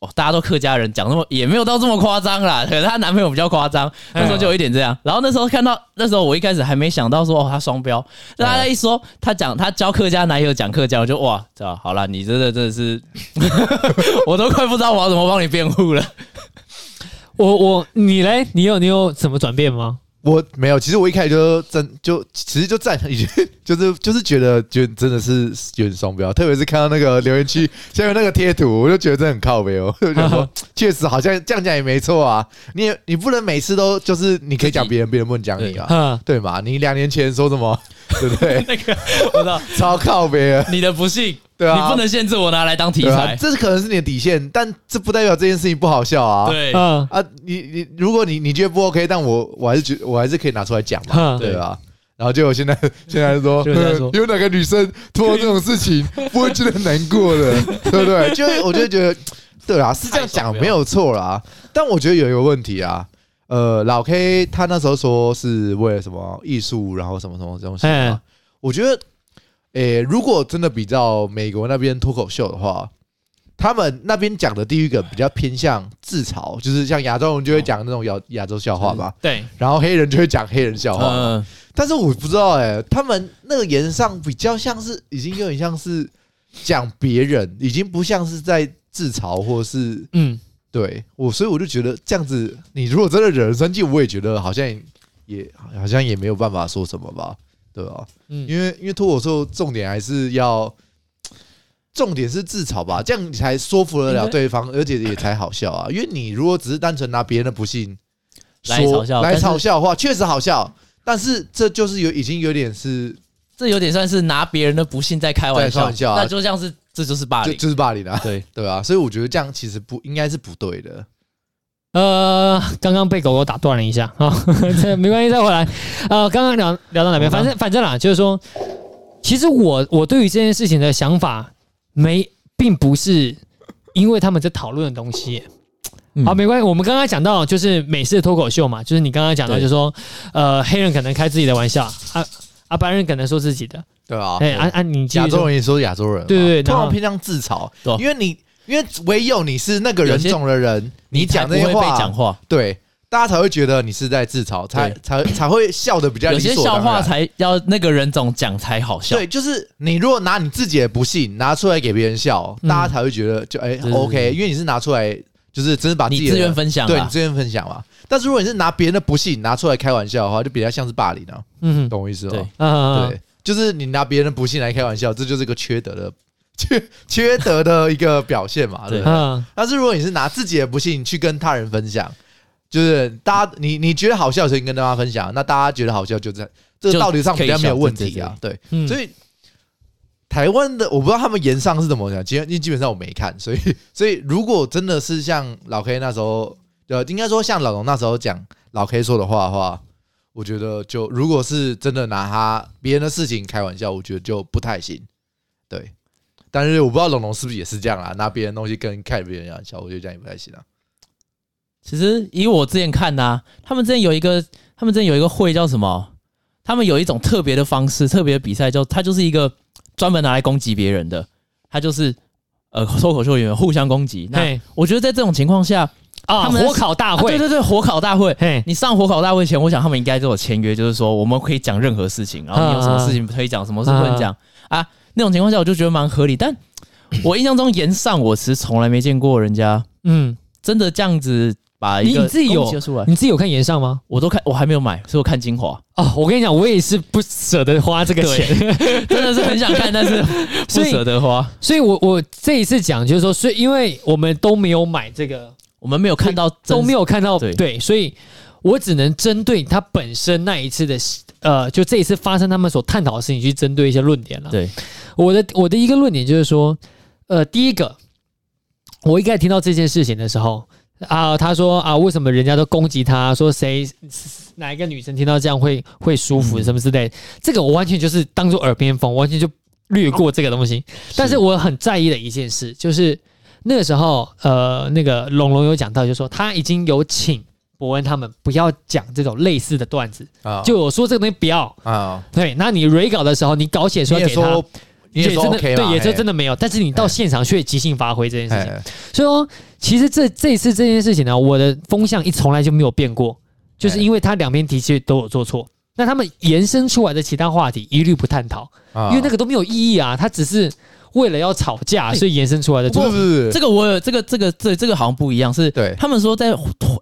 Speaker 2: 哦，大家都客家人，讲那么也没有到这么夸张啦。可能她男朋友比较夸张，
Speaker 3: 哎
Speaker 2: 那时候就有一点这样。然后那时候看到，那时候我一开始还没想到说哦，她双标。大家一说她讲她教客家男友讲客家，我就哇，知道好啦，你真的真 的是，我都快不知道我要怎么帮你辩护了。
Speaker 1: 我我你嘞，你有你有什么转变吗？
Speaker 3: 我没有，其实我一开始就真就其实就站，已经 就是就是觉得就真的是有点双标，特别是看到那个留言区下面那个 贴图，我就觉得这很靠背哦，我 就觉得 说确实好像这样讲也没错啊，你也你不能每次都就是你可以讲别人，别人不能讲你啊，
Speaker 1: 嗯，
Speaker 3: 对嘛？你两年前说什么， 对不对？
Speaker 2: 那个我知道
Speaker 3: 超靠背啊，
Speaker 2: 你的不幸，
Speaker 3: 对啊
Speaker 2: 你不能限制我拿来当题
Speaker 3: 对啊，
Speaker 2: 材。
Speaker 3: 这是可能是你的底线，但这不代表这件事情不好笑啊。
Speaker 2: 对，
Speaker 1: 嗯
Speaker 3: 啊，你你如果你你觉得不 OK，但我我还是觉得我还是可以拿出来讲嘛。
Speaker 1: 哼
Speaker 3: 对吧？然后结果现 在现在说，
Speaker 1: 就现在说
Speaker 3: 呃有哪个女生做这种事情不会觉得难过的， 对不对？就我就觉得，对啦，是这样
Speaker 2: 太爽
Speaker 3: 讲
Speaker 2: 了
Speaker 3: 没有错啦。但我觉得有一个问题啊，呃，老 K 他那时候说是为了什么艺术，然后什么什么东西嘛
Speaker 1: 嗯
Speaker 3: 我觉得，诶、如果真的比较美国那边脱口秀的话，他们那边讲的第一个比较偏向自嘲，就是像亚洲人就会讲那种亚亚洲笑话嘛，
Speaker 1: 对，
Speaker 3: 然后黑人就会讲黑人笑话。
Speaker 2: 嗯，
Speaker 3: 但是我不知道、诶，他们那个言上比较像是，已经有点像是讲别人，已经不像是在自嘲或是
Speaker 1: 嗯，
Speaker 3: 对我，所以我就觉得这样子，你如果真的惹人生气，我也觉得好像也好像也没有办法说什么吧，对吧？
Speaker 1: 嗯
Speaker 3: 因为因为脱口秀重点还是要，重点是自嘲
Speaker 2: 嗯
Speaker 3: 吧，这样你才说服得
Speaker 2: 应
Speaker 3: 了
Speaker 2: 该
Speaker 3: 对方，而且也才好笑 啊。因为你如果只是单纯拿别人的不幸
Speaker 2: 来
Speaker 3: 说
Speaker 2: 嘲笑
Speaker 3: 来
Speaker 2: 但是
Speaker 3: 嘲笑的话，确实好笑，但是这就是有已经有点是
Speaker 2: 这有点算是拿别人的不幸在开玩
Speaker 3: 在开
Speaker 2: 笑，
Speaker 3: 玩笑啊
Speaker 2: 那就像是这就是霸
Speaker 3: 就
Speaker 2: 凌。
Speaker 3: 就是霸凌啊，
Speaker 2: 对，
Speaker 3: 对吧、所以我觉得这样其实不应该是不对的。
Speaker 1: 呃，刚刚被狗狗打断了一下啊， 这没关系，再回来。呃，刚刚聊聊到哪边？反正反正啦，就是说，其实我我对于这件事情的想法没，并不是因为他们在讨论的东西耶。
Speaker 2: 嗯
Speaker 1: 好，没关系。我们刚刚讲到就是美式的脱口秀嘛，就是你刚刚讲到，
Speaker 2: 对
Speaker 1: 就是说，呃，黑人可能开自己的玩笑，啊啊，白人可能说自己的，
Speaker 3: 对啊，
Speaker 2: 哦
Speaker 1: 哎、啊啊，你继续
Speaker 3: 亚洲
Speaker 1: 说
Speaker 3: 人也说亚洲人嘛，
Speaker 1: 对对对
Speaker 3: 通
Speaker 1: 然
Speaker 3: 常
Speaker 1: 后
Speaker 3: 偏向自嘲
Speaker 2: 对啊，
Speaker 3: 因为你因为唯有你是那个人种的人，你
Speaker 2: 才
Speaker 3: 讲
Speaker 2: 不
Speaker 3: 这
Speaker 2: 会
Speaker 3: 些
Speaker 2: 被讲
Speaker 3: 话，
Speaker 2: 话，
Speaker 3: 对，大家才会觉得你是在自嘲，才
Speaker 2: 对
Speaker 3: 才才会笑的比较
Speaker 2: 有
Speaker 3: 理
Speaker 2: 些
Speaker 3: 所
Speaker 2: 笑
Speaker 3: 当
Speaker 2: 话
Speaker 3: 然。
Speaker 2: 才要那个人总讲才好笑。
Speaker 3: 对，就是你如果拿你自己的不幸拿出来给别人笑，
Speaker 1: 嗯
Speaker 3: 大家才会觉得就哎
Speaker 2: 对对
Speaker 3: OK，因为你是拿出来就是真是把自
Speaker 2: 你
Speaker 3: 己
Speaker 2: 自愿
Speaker 3: 的
Speaker 2: 分享
Speaker 3: 对你
Speaker 2: 啊，
Speaker 3: 自愿分享嘛。但是如果你是拿别人的不幸拿出来开玩笑的话，就比较像是霸凌啊，
Speaker 1: 嗯
Speaker 3: 懂我意思吗？
Speaker 2: 对
Speaker 1: 嗯啊，
Speaker 3: 对，就是你拿别人的不幸来开玩笑，这就是个缺德的 缺缺德的一个表现嘛。对
Speaker 2: 对
Speaker 3: 不对，
Speaker 1: 嗯
Speaker 3: 但是如果你是拿自己的不幸去跟他人分享，就是大家你你觉得好笑的时候，你跟大家分享，那大家觉得好笑就这样，这个
Speaker 2: 就
Speaker 3: 道理上比较没有问题啊。对，
Speaker 1: 嗯，
Speaker 3: 所以。台湾的我不知道他们言上是怎么讲，基基本上我没看，所以 所以如果真的是像老 K 那时候，呃，应该说像老龙那时候讲老 K 说的话的话，我觉得就如果是真的拿他别人的事情开玩笑，我觉得就不太行。对，但是我不知道龙龙是不是也是这样啦，拿别人东西跟看别人玩笑，我觉得这样也不太行啊。
Speaker 2: 其实以我之前看的、啊，他们之前有一个，他们之前有一个会叫什么？他们有一种特别的方式，特别的比赛叫，它就是一个专门拿来攻击别人的，它就是呃脱口秀演员互相攻击。那
Speaker 1: 嘿
Speaker 2: 我觉得在这种情况下，
Speaker 1: 啊，
Speaker 2: 他们
Speaker 1: 火烤大
Speaker 2: 啊、
Speaker 1: 会，
Speaker 2: 对对对，火烤大会，
Speaker 1: 嘿，
Speaker 2: 你上火烤大会前，我想他们应该都有签约，就是说我们可以讲任何事情，然后你有什么事情可以讲，什么事不能讲啊？那种情况下，我就觉得蛮合理。但我印象中，言上我其实从来没见过人家
Speaker 1: 嗯，
Speaker 2: 真的这样子把一
Speaker 1: 你
Speaker 2: 个
Speaker 1: 你自己有
Speaker 2: 攻击出来，
Speaker 1: 你自己有看岩上吗？
Speaker 2: 我都看，我还没有买，所以我看精华，
Speaker 1: 哦，我跟你讲，我也是不舍得花这个钱，
Speaker 2: 真的是很想看，但是
Speaker 1: 所
Speaker 2: 不
Speaker 1: 以
Speaker 2: 舍得花。
Speaker 1: 所以我我这一次讲就是说，所以因为我们都没有买这个，
Speaker 2: 我们没有看到真
Speaker 1: 都没有看到
Speaker 2: 对
Speaker 1: 对，所以我只能针对它本身那一次的呃，就这一次发生他们所探讨的事情去针对一些论点了。
Speaker 2: 对，
Speaker 1: 我的我的一个论点就是说，呃，第一个，我一开始听到这件事情的时候啊、他说啊，为什么人家都攻击他，说谁哪一个女生听到这样会会舒服
Speaker 2: 嗯
Speaker 1: 什么之类的，这个我完全就是当做耳边风，完全就略过这个东西。但是我很在意的一件事就是那个时候，呃，那个龙龙有讲到，就是说他已经有请。伯恩他们不要讲这种类似的段子，
Speaker 3: 啊，
Speaker 1: 就我说这个东西不要。
Speaker 3: 啊，
Speaker 1: 对，那你 re 稿的时候，你稿写出
Speaker 3: 你
Speaker 1: 来
Speaker 3: 也
Speaker 1: 给他，
Speaker 3: 说你也说
Speaker 1: 真的
Speaker 3: OK 嘛，
Speaker 1: 对，也就
Speaker 3: 嘿哎
Speaker 1: 真的没有。但是你到现场却即兴发挥这件事情，
Speaker 3: 嘿
Speaker 1: 所以说其实这这一次这件事情呢，我的风向一从来就没有变过，
Speaker 3: 哎
Speaker 1: 就是因为他两边的确都有做错。那他们延伸出来的其他话题一律不探讨，
Speaker 3: 啊
Speaker 1: 因为那个都没有意义啊，他只是为了要吵架，
Speaker 2: 哎
Speaker 1: 所以延伸出来的
Speaker 3: 不
Speaker 1: 做
Speaker 3: 是
Speaker 1: 法
Speaker 3: 不。是
Speaker 2: 这个我有这个这个这这个好像不一样，是
Speaker 3: 对
Speaker 2: 他们说在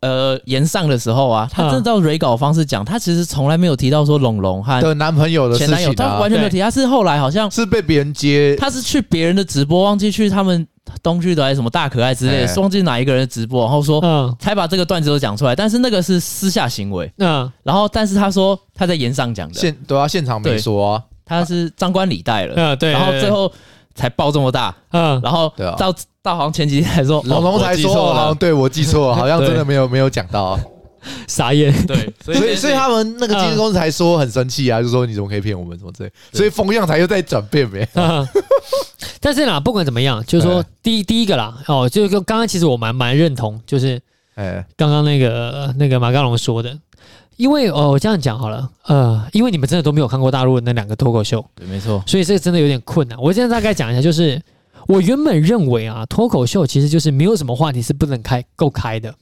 Speaker 2: 呃言上的时候啊，他真的照蕊稿方式讲，他其实从来没有提到说龙龙和
Speaker 3: 的男朋友的事
Speaker 2: 啊前男友，
Speaker 3: 情
Speaker 2: 他
Speaker 3: 啊
Speaker 2: 完，全没有提，他是后来好像
Speaker 3: 是被别人接
Speaker 2: 他是去别人的直播，忘记去他们东区的还是什么大可爱之类
Speaker 3: 哎
Speaker 2: 的，忘记哪一个人的直播，然后说
Speaker 1: 嗯
Speaker 2: 才把这个段子都讲出来，但是那个是私下行为，
Speaker 1: 嗯
Speaker 2: 然后但是他说他在言上讲的，
Speaker 3: 现对啊，现场没
Speaker 2: 对
Speaker 3: 说啊，
Speaker 2: 他是张冠李戴了，
Speaker 1: 嗯，对。
Speaker 2: 然后最后才爆这么大，
Speaker 1: 嗯
Speaker 2: 然后
Speaker 3: 对啊
Speaker 2: 到到好像前几天还说哦
Speaker 3: 龙龙才说，好像
Speaker 2: 了，
Speaker 3: 对我记错，好像
Speaker 2: 对
Speaker 3: 真的没有没有讲到啊，
Speaker 1: 傻眼，
Speaker 2: 对，所
Speaker 3: 所以所以他们那个经纪公司才说很生气啊，就说你怎么可以骗我们什么之类，
Speaker 2: 对
Speaker 3: 所以风向才又在转变呗。
Speaker 1: 嗯，但是啦，不管怎么样，就是说
Speaker 3: 对
Speaker 1: 第一第一个啦，哦，就是跟刚刚其实我蛮蛮认同，就是
Speaker 3: 哎，
Speaker 1: 刚刚那个那个马刚龙说的，因为哦，我这样讲好了，呃，因为你们真的都没有看过大陆的那两个脱口秀，
Speaker 2: 对，没错，
Speaker 1: 所以这个真的有点困难。我现在大概讲一下，就是我原本认为啊，脱口秀其实就是没有什么话题是不能开够开的。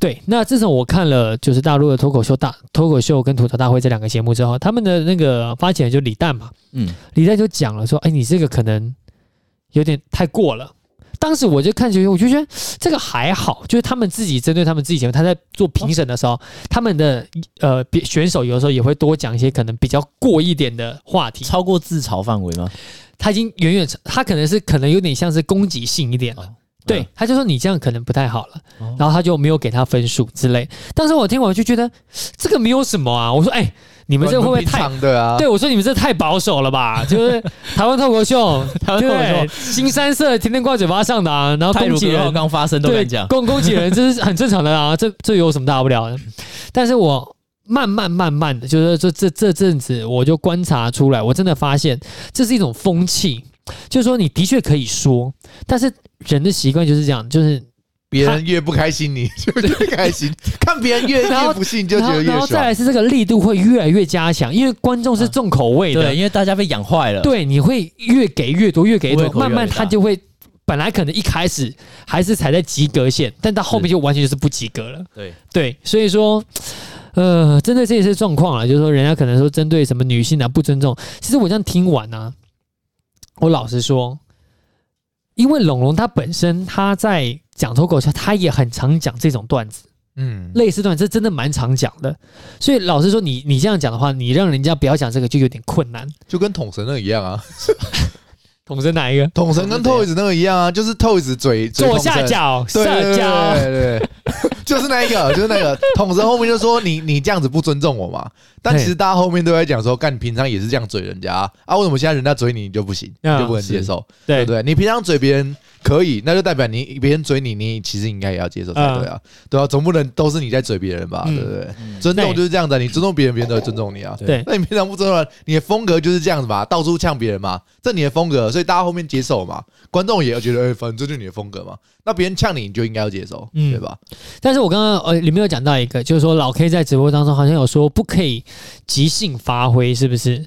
Speaker 1: 对，那自从我看了就是大陆的脱口秀大脱口秀跟吐槽大会这两个节目之后，他们的那个发起人就李诞嘛，
Speaker 2: 嗯，
Speaker 1: 李诞就讲了说：“哎，你这个可能有点太过了。”当时我就看觉得，我就觉得这个还好，就是他们自己针对他们自己节目，他在做评审的时候，他们的呃别选手有的时候也会多讲一些可能比较过一点的话题。
Speaker 2: 超过自嘲范围吗？
Speaker 1: 他已经远远，他可能是可能有点像是攻击性一点了。
Speaker 2: 哦
Speaker 1: 对
Speaker 2: 嗯，
Speaker 1: 他就说你这样可能不太好了，
Speaker 2: 哦
Speaker 1: 然后他就没有给他分数之类。但是我听完就觉得这个没有什么啊，我说哎、你们这会不会
Speaker 3: 平
Speaker 1: 太
Speaker 3: 常的啊？
Speaker 1: 对，我说你们这太保守了吧？就是台湾脱口秀，
Speaker 2: 台湾脱口
Speaker 1: 对
Speaker 2: 秀，
Speaker 1: 新三色天天挂嘴巴上的、啊，然后
Speaker 2: 泰
Speaker 1: 攻
Speaker 2: 鲁
Speaker 1: 击
Speaker 2: 格号
Speaker 1: 人，
Speaker 2: 刚发生都
Speaker 1: 对
Speaker 2: 敢讲，，
Speaker 1: 攻攻击人， 这是很正常的啊，这这有什么大不了的？但是我慢慢慢慢的，就是这这这阵子，我就观察出来，我真的发现这是一种风气，就是说你的确可以说，但是人的习惯就是这样，就是
Speaker 3: 别人越不开心，你 就越开心；看别人越
Speaker 1: 然后
Speaker 3: 越不幸，就觉
Speaker 1: 然后
Speaker 3: 得
Speaker 1: 然
Speaker 3: 越
Speaker 1: 后再
Speaker 3: 爽。
Speaker 1: 来是这个力度会越来越加强，因为观众是重口味的，
Speaker 2: 对，因为大家被养坏了，
Speaker 1: 对，你会越给越多，越给越多
Speaker 2: 胃，口越来
Speaker 1: 慢
Speaker 2: 越
Speaker 1: 慢他
Speaker 2: 大
Speaker 1: 就会，本来可能一开始还是踩在及格线，但到后面
Speaker 2: 是
Speaker 1: 就完全就是不及格了。
Speaker 2: 对，
Speaker 1: 对，所以说，呃，针对这一次状况啊，就是说人家可能说针对什么女性啊不尊重，其实我这样听完呢、我老实说，因为龙龙他本身他在讲脱口秀，他也很常讲这种段子。
Speaker 3: 嗯，
Speaker 1: 类似段子这真的蛮常讲的，所以老实说你，你这样讲的话，你让人家不要讲这个就有点困难。
Speaker 3: 就跟统神那个一样啊，
Speaker 1: 统神哪一个？
Speaker 3: 统神跟 Toys 那个一样啊，就是 Toys 嘴嘴
Speaker 1: 左
Speaker 3: 捅
Speaker 1: 下
Speaker 3: 神
Speaker 1: 角
Speaker 3: 对
Speaker 1: 社交，
Speaker 3: 对对对 对，就是那一个，就是那个统神后面就说你你这样子不尊重我嘛，但
Speaker 1: 嘿
Speaker 3: 其实大家后面都在讲说，干你平常也是这样嘴人家啊，啊为什么现在人家嘴你你就不行，你
Speaker 1: 嗯
Speaker 3: 就不能接受，
Speaker 1: 对
Speaker 3: 对不对？你平常嘴别人可以，那就代表你别人嘴你，你其实应该也要接受才对啊，对啊，总不能都是你在嘴别人吧，
Speaker 1: 嗯
Speaker 3: 对不对？
Speaker 2: 嗯
Speaker 3: 尊重就是这样子啊，你尊重别人，别人都会尊重你啊。
Speaker 1: 对
Speaker 3: 那你平常不尊重人，你的风格就是这样子嘛，到处呛别人嘛，这你的风格，所以大家后面接受嘛，观众也觉得，哎、反正这就是你的风格嘛。那别人呛你，你就应该要接受，
Speaker 1: 嗯
Speaker 3: 对吧？
Speaker 1: 但是我刚刚呃里面有讲到一个，就是说老 K 在直播当中好像有说不可以即兴发挥，是不是？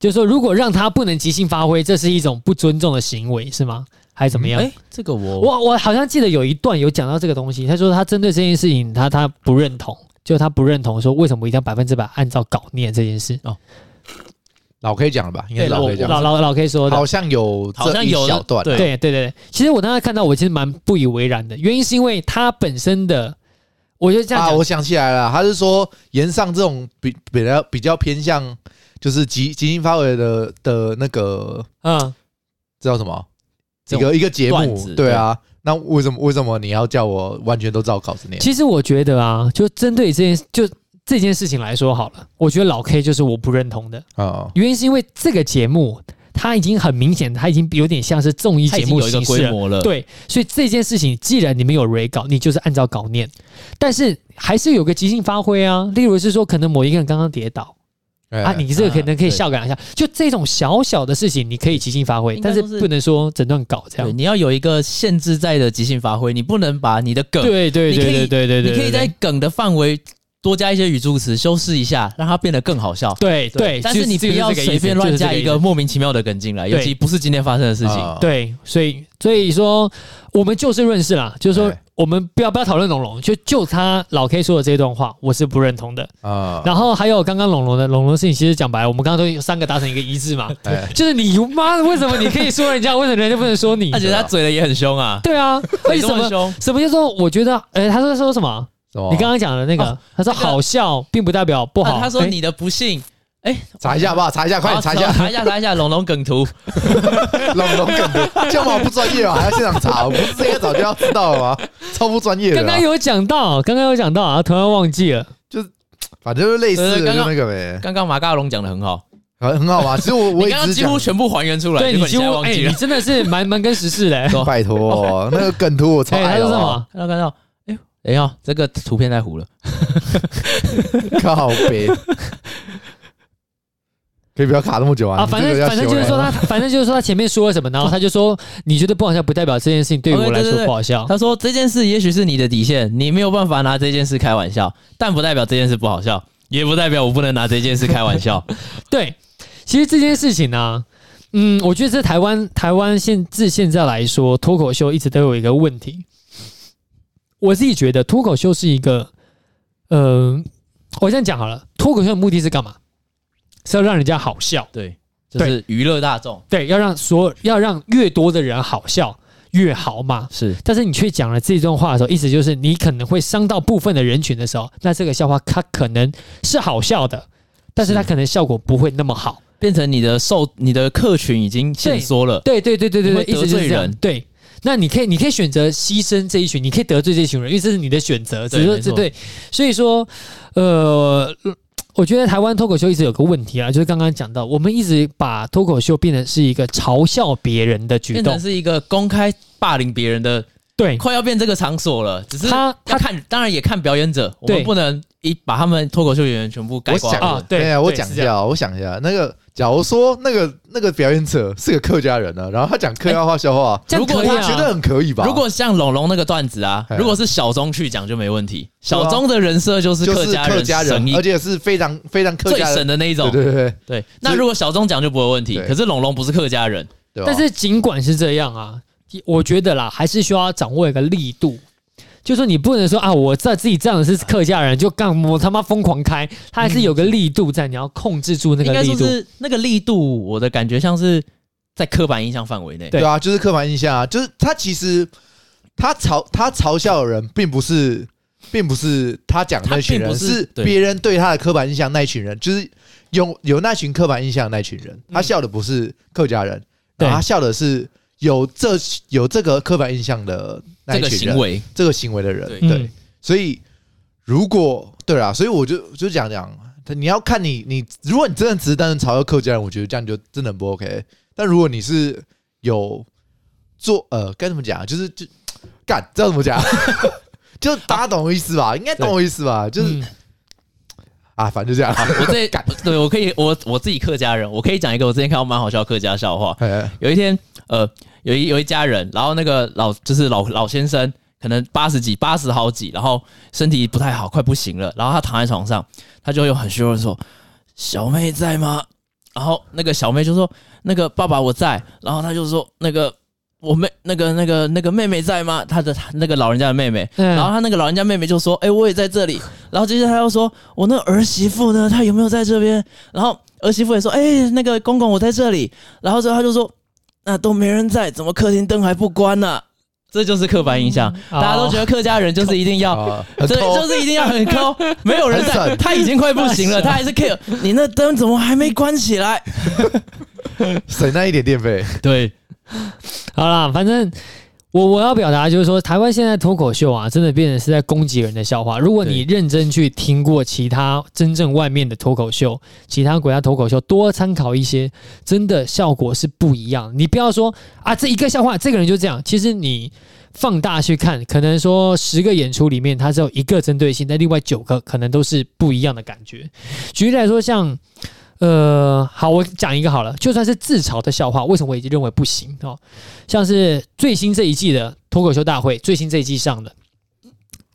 Speaker 1: 就是说如果让他不能即兴发挥，这是一种不尊重的行为，是吗？还是怎么样？
Speaker 2: 哎，这个我
Speaker 1: 我我好像记得有一段有讲到这个东西，他说他针对这件事情，他他不认同，就他不认同说为什么一定要百分之百按照稿念这件事。
Speaker 3: 老 K 讲了吧，应该是
Speaker 1: 老
Speaker 3: 老 K
Speaker 1: 老
Speaker 3: 讲，
Speaker 1: 老老 K 说的，
Speaker 3: 好像 有
Speaker 2: 好
Speaker 3: 这
Speaker 2: 像
Speaker 3: 一
Speaker 2: 有
Speaker 3: 小段，啊
Speaker 2: 对
Speaker 1: 对对对对，其实我当时看到，我其实蛮不以为然的，原因是因为他本身的，我就这样
Speaker 3: 啊，
Speaker 1: 讲，
Speaker 3: 我想起来了，他是说延上这种比比较比较偏向就是即即兴发挥的的那个
Speaker 1: 嗯，
Speaker 3: 叫什么一
Speaker 2: 这种
Speaker 3: 个一个节
Speaker 2: 段
Speaker 3: 目，
Speaker 2: 子
Speaker 3: 对啊。那为什么为什么你要叫我完全都照稿子念？
Speaker 1: 其实我觉得啊，就针对这件就这件事情来说好了，我觉得老 K 就是我不认同的，
Speaker 3: 啊、
Speaker 1: 原因是因为这个节目它已经很明显，它已经有点像是综艺
Speaker 2: 它
Speaker 1: 节
Speaker 2: 已经
Speaker 1: 目
Speaker 2: 有一
Speaker 1: 形
Speaker 2: 个
Speaker 1: 式
Speaker 2: 规
Speaker 1: 了
Speaker 2: 模了，，
Speaker 1: 对，所以这件事情，既然你们有 re 稿，你就是按照稿念，但是还是有个即兴发挥啊。例如是说，可能某一个人刚刚跌倒
Speaker 3: 哎
Speaker 1: 啊，你这个可能可以
Speaker 2: 啊对
Speaker 1: 笑个两下，就这种小小的事情，你可以即兴发挥，
Speaker 2: 应
Speaker 1: 但
Speaker 2: 该
Speaker 1: 是
Speaker 2: 都是
Speaker 1: 不能说整段稿这
Speaker 2: 对，
Speaker 1: 样。
Speaker 2: 你要有一个限制在的即兴发挥，你不能把你的梗，
Speaker 1: 对对
Speaker 2: 你可
Speaker 1: 对对
Speaker 2: 以
Speaker 1: 对对对，
Speaker 2: 你可以在梗的范围多加一些语助词，修饰一下，让它变得更好笑。
Speaker 1: 对对，
Speaker 2: 但是你不
Speaker 1: 就
Speaker 2: 要
Speaker 1: 这个意思
Speaker 2: 随便乱加
Speaker 1: 就
Speaker 2: 一。
Speaker 1: 是这
Speaker 2: 个
Speaker 1: 意思
Speaker 2: 莫名其妙的梗进来，
Speaker 1: 对
Speaker 2: 尤其不是今天发生的事情。
Speaker 3: 啊
Speaker 1: 对，所以所以说我们就事论事啦，就是说
Speaker 3: 对
Speaker 1: 我们不要不要讨论龙龙，就就他老 K 说的这段话，我是不认同的。
Speaker 3: 啊，
Speaker 1: 然后还有刚刚龙龙的龙龙的事情，其实讲白了，我们刚刚都有三个达成一个一致嘛，
Speaker 3: 哎
Speaker 1: 就是你妈的，为什么你可以说人家，为什么人家不能说你
Speaker 2: 而？且他嘴的也很凶啊，
Speaker 1: 对啊，而且
Speaker 2: 嘴
Speaker 1: 什
Speaker 2: 这么
Speaker 1: 么
Speaker 2: 凶？
Speaker 1: 什么叫做我觉得，呃，他说说什么？
Speaker 3: 什么？
Speaker 1: 你刚刚讲的那个
Speaker 2: 哦，
Speaker 1: 他说
Speaker 2: 那个
Speaker 1: 好笑并不代表不好。
Speaker 2: 啊他说
Speaker 1: 诶
Speaker 2: 你的不幸，哎，
Speaker 3: 查一下吧，查一下，快点查一下
Speaker 2: 好，查一下，查一下龙龙梗图。
Speaker 3: 龙龙 梗的，这样嘛不专业嘛，还要现场查，我不是这些早就要知道 了吗？超不专业的
Speaker 1: 刚
Speaker 3: 啦
Speaker 1: 刚，有讲到，刚刚有讲到啊，突然忘记了。
Speaker 3: 反正就类似
Speaker 1: 呃
Speaker 2: 对
Speaker 3: 的
Speaker 2: 对
Speaker 3: 就那个呗，
Speaker 2: 刚刚马嘎龙讲的很好，
Speaker 3: 很很好嘛。其实我我
Speaker 2: 你
Speaker 3: 也
Speaker 2: 刚刚
Speaker 3: 只是
Speaker 2: 几乎
Speaker 3: 讲，
Speaker 2: 全部还原出来，
Speaker 1: 对
Speaker 2: 结
Speaker 1: 你
Speaker 2: 果
Speaker 1: 几
Speaker 2: 现在
Speaker 1: 乎，
Speaker 2: 忘
Speaker 1: 哎，
Speaker 2: 记
Speaker 1: 你
Speaker 2: 了。
Speaker 1: 真的是蛮 蛮跟时事 的。诶
Speaker 3: 拜 托，那个梗图我超
Speaker 1: 哎，他
Speaker 3: 爱
Speaker 2: 啊
Speaker 1: 说什
Speaker 3: 的，哦
Speaker 1: 么？
Speaker 2: 刚刚看到，哎呦，等一下，这个图片太糊了。
Speaker 3: 靠北。可以不要卡那么久啊！
Speaker 1: 啊，
Speaker 3: 你
Speaker 1: 反
Speaker 3: 这
Speaker 1: 正
Speaker 3: 个要
Speaker 1: 反正就
Speaker 3: 修
Speaker 1: 是
Speaker 3: 嘞
Speaker 1: 说他，反正就是说他前面说了什么，然后他就说你觉得不好笑，不代表这件事情对于我
Speaker 2: OK，
Speaker 1: 来
Speaker 2: 对对
Speaker 1: 说
Speaker 2: 对
Speaker 1: 不好笑。
Speaker 2: 他说这件事也许是你的底线，你没有办法拿这件事开玩笑，但不代表这件事不好笑，也不代表我不能拿这件事开玩笑。
Speaker 1: 对，其实这件事情呢、嗯，我觉得在台湾台湾现至现在来说，脱口秀一直都有一个问题。我自己觉得脱口秀是一个，呃，我这样讲好了，脱口秀的目的是干嘛？是要让人家好笑，
Speaker 2: 对，就是娱乐大众
Speaker 1: 对，要让所有要让越多的人好笑越好嘛。
Speaker 2: 是
Speaker 1: 但是你却讲了这段话的时候，意思就是你可能会伤到部分的人群的时候，那这个笑话它可能是好笑的，但是它
Speaker 2: 是
Speaker 1: 可能效果不会那么好。
Speaker 2: 变成你的受你的客群已经限缩了，
Speaker 1: 对对对对对
Speaker 2: 你
Speaker 1: 对，
Speaker 2: 会
Speaker 1: 意思就是
Speaker 2: 得罪
Speaker 1: 这样
Speaker 2: 人
Speaker 1: 对。那你可以，你可以选择牺牲这一群，你可以得罪这一群人，因为这是你的选择。只
Speaker 2: 对
Speaker 1: 是说
Speaker 2: 没
Speaker 1: 这
Speaker 2: 错
Speaker 1: 对，所以说，呃，我觉得台湾脱口秀一直有个问题啊，就是刚刚讲到，我们一直把脱口秀变成是一个嘲笑别人的举
Speaker 2: 变
Speaker 1: 动
Speaker 2: 成，是一个公开霸凌别人的，
Speaker 1: 对，
Speaker 2: 快要变这个场所了。只是
Speaker 1: 他
Speaker 2: 他看，当然也看表演者，我
Speaker 1: 对
Speaker 2: 们不能一把他们脱口秀演员全部改
Speaker 3: 我
Speaker 2: 光
Speaker 3: 想
Speaker 1: 啊对
Speaker 3: 哎呀我
Speaker 1: 对
Speaker 3: 讲一
Speaker 1: 是这
Speaker 3: 下，我想一下，那个假如说那个那个表演者是个客家人啊呢、然后他讲客家话笑话，
Speaker 1: 这样
Speaker 2: 如果
Speaker 1: 可以
Speaker 3: 我
Speaker 1: 啊。
Speaker 3: 觉得很可以吧？
Speaker 2: 如果像龙龙那个段子啊，
Speaker 3: 哎
Speaker 2: 如果是小钟去讲就没问题。
Speaker 3: 对啊
Speaker 2: 小钟的人设就是
Speaker 3: 就是
Speaker 2: 家
Speaker 3: 客家
Speaker 2: 神
Speaker 3: 人，
Speaker 2: 一
Speaker 3: 而且是非常非常客
Speaker 2: 最
Speaker 3: 家
Speaker 2: 神
Speaker 3: 人，
Speaker 2: 的那一
Speaker 3: 对
Speaker 2: 种。
Speaker 3: 对对
Speaker 2: 对，那如果小钟讲就不会有问题。
Speaker 3: 对
Speaker 2: 可是龙龙不是客家人，
Speaker 3: 对吧。
Speaker 1: 但是尽管是这样啊，我觉得啦，还是需要掌握一个力度。就说你不能说啊，我在自己这样是客家人，就干我他妈疯狂开，他还是有个力度在，你要控制住那
Speaker 2: 嗯应
Speaker 1: 个
Speaker 2: 该
Speaker 1: 力
Speaker 2: 说
Speaker 1: 度。
Speaker 2: 是那个力度，我的感觉像是在刻板印象范围内。
Speaker 1: 对
Speaker 3: 对啊，就是刻板印象啊，就是他其实他嘲他嘲笑的人，并不是，并不是他讲的那群
Speaker 2: 他并
Speaker 3: 人，
Speaker 2: 不是
Speaker 3: 是
Speaker 2: 对
Speaker 3: 别人对他的刻板印象那一群人，就是有有那群刻板印象的那群人，
Speaker 2: 嗯
Speaker 3: 他笑的不是客家人，
Speaker 1: 对
Speaker 3: 然后他笑的是有这有这个刻板印象的那
Speaker 2: 这
Speaker 3: 一
Speaker 2: 个
Speaker 3: 群
Speaker 2: 行
Speaker 3: 人，
Speaker 2: 为，
Speaker 3: 这个行为的人，
Speaker 2: 对
Speaker 3: 对，所以如果对啦，所以我就就讲讲，你要看你你，如果你真的只是单纯嘲笑客家人，我觉得这样就真的很不 OK。但如果你是有做呃该怎么讲啊，就是就干，知道怎么讲啊， 就大家懂我意思吧？应该懂我意思吧？就是、
Speaker 1: 嗯
Speaker 3: 啊，反正就这样。
Speaker 2: 啊我这对我可以，我我自己客家人，我可以讲一个我之前看到蛮好笑的客家笑话。
Speaker 3: 哎
Speaker 2: 有一天，呃，有一有一家人，然后那个老就是老老先生，可能八十几、八十好几，然后身体不太好，快不行了，然后他躺在床上，他就又很虚弱的说：“小妹在吗？”然后那个小妹就说：“那个爸爸我在。”然后他就说：“那个我妹，那个那个那个妹妹在吗？”他的他那个老人家的妹妹，
Speaker 1: 嗯
Speaker 2: 然后他那个老人家妹妹就说：“哎、我也在这里。” 然后接着他又说：“我那儿媳妇呢？她有没有在这边？”然后儿媳妇也说：“哎、那个公公我在这里。”然后之后他就说：“那都没人在，怎么客厅灯还不关呢、这就是刻板印象，
Speaker 1: 哦
Speaker 2: 大家都觉得客家人就是一定要
Speaker 3: 啊，很
Speaker 2: 对，
Speaker 3: 抠
Speaker 2: 就是一定要很抠，没有人
Speaker 3: 很
Speaker 2: 在，
Speaker 3: 省
Speaker 2: 他已经快不行了，他还是 care 你那灯怎么还没关起来？
Speaker 3: 省那一点电费，
Speaker 2: 对，
Speaker 1: 好啦，反正我我要表达就是说，台湾现在脱口秀啊，真的变成是在攻击人的笑话。如果你认真去听过其他真正外面的脱口秀，其他国家脱口秀，多参考一些，真的效果是不一样。你不要说啊，这一个笑话，这个人就这样。其实你。放大去看，可能说十个演出里面，它只有一个针对性，但另外九个可能都是不一样的感觉。举例来说，像呃，好，我讲一个好了，就算是自嘲的笑话，为什么我已经认为不行哦？像是最新这一季的脱口秀大会，最新这一季上的，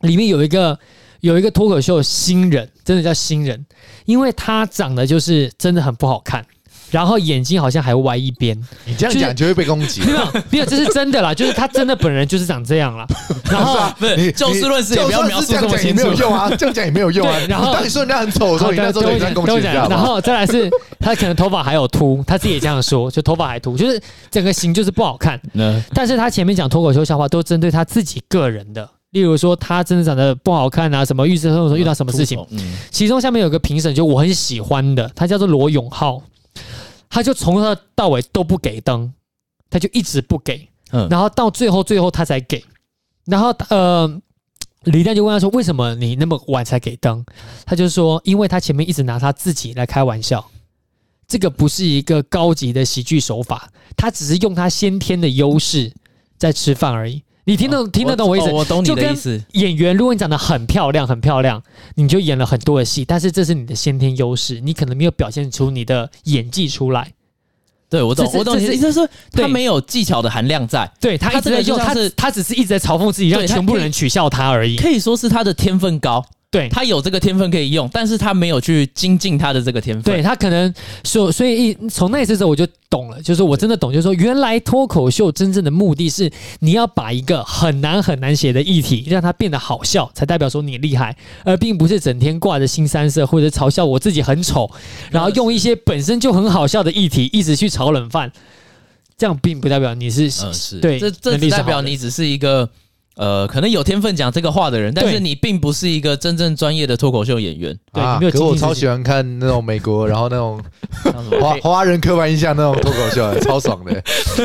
Speaker 1: 里面有一个有一个脱口秀新人，真的叫新人，因为他长得就是真的很不好看，然后眼睛好像还歪一边，
Speaker 3: 你这样
Speaker 1: 就是
Speaker 3: 讲就会被攻击。
Speaker 1: 没有没有，这是真的啦，就是他真的本人就是长这样 啦，然后。
Speaker 2: 不是
Speaker 3: 你
Speaker 2: 就事论事，也
Speaker 3: 就
Speaker 2: 不要
Speaker 3: 算
Speaker 2: 描
Speaker 3: 是
Speaker 2: 述
Speaker 3: 这样
Speaker 2: 这么
Speaker 3: 讲也
Speaker 2: 清
Speaker 3: 没
Speaker 2: 楚
Speaker 3: 有。用啊，这样讲也没有用啊。
Speaker 1: 对然后
Speaker 3: 你当你说人家很丑的时
Speaker 1: 好
Speaker 3: 候，你那时候
Speaker 1: 等
Speaker 3: 也
Speaker 1: 我
Speaker 3: 在
Speaker 1: 讲
Speaker 3: 攻
Speaker 1: 等我
Speaker 3: 击
Speaker 1: 讲
Speaker 3: 人家吧。
Speaker 1: 然后再来是他可能头发还有秃，他自己也这样说，就头发还秃，就是整个型就是不好看。
Speaker 2: 那
Speaker 1: 但是他前面讲脱口秀笑话都针对他自己个人的，例如说他真的长得不好看啊，什么遇生活中遇到什么事情，？
Speaker 2: 嗯，
Speaker 1: 其中下面有个评审，就我很喜欢的，他叫做罗永浩，他就从头到尾都不给灯，他就一直不给，
Speaker 2: 嗯
Speaker 1: 然后到最后最后他才给，然后呃，李诞就问他说为什么你那么晚才给灯？他就说因为他前面一直拿他自己来开玩笑。这个不是一个高级的喜剧手法，他只是用他先天的优势在吃饭而已。你听得听得懂我意思
Speaker 2: 哦？我懂你
Speaker 1: 就
Speaker 2: 的
Speaker 1: 跟
Speaker 2: 意思。
Speaker 1: 演员，如果你长得很漂亮，很漂亮，你就演了很多的戏，但是这是你的先天优势，你可能没有表现出你的演技出来。
Speaker 2: 对，我懂
Speaker 1: 这，是
Speaker 2: 我懂
Speaker 1: 这
Speaker 2: 你的
Speaker 1: 是
Speaker 2: 意思，就是
Speaker 1: 对
Speaker 2: 他没有技巧的含量在，
Speaker 1: 对他一直
Speaker 2: 他这
Speaker 1: 在
Speaker 2: 个就
Speaker 1: 用，
Speaker 2: 像
Speaker 1: 他
Speaker 2: 是
Speaker 1: 他只是一直在嘲讽自己，让
Speaker 2: 对他
Speaker 1: 全部
Speaker 2: 可以
Speaker 1: 人取笑他而已。
Speaker 2: 可以说是他的天分高，
Speaker 1: 对，
Speaker 2: 他有这个天分可以用，但是他没有去精进他的这个天分。
Speaker 1: 对他可能呃所所以一从那一次之后我就懂了，就是我真的懂，就是说原来脱口秀真正的目的是你要把一个很难很难写的议题让它变得好笑，才代表说你厉害，而并不是整天挂着新三色或者嘲笑我自己很丑，然后用一些本身就很好笑的议题一直去炒冷饭，这样并不代表你是、
Speaker 2: 嗯，是，
Speaker 1: 对
Speaker 2: 这这
Speaker 1: 能力
Speaker 2: 只
Speaker 1: 是
Speaker 2: 代表
Speaker 1: 好的
Speaker 2: 你只是一个呃，可能有天分讲这个话的人，但
Speaker 1: 对
Speaker 2: 是你并不是一个真正专业的脱口秀演 员。
Speaker 1: 对
Speaker 3: 啊
Speaker 1: 你没有
Speaker 3: 可我
Speaker 1: 精进自己
Speaker 3: 超喜欢看那种美国，然后那种
Speaker 2: 像什 么
Speaker 3: 华华人刻板印象那种脱口秀的，超爽的，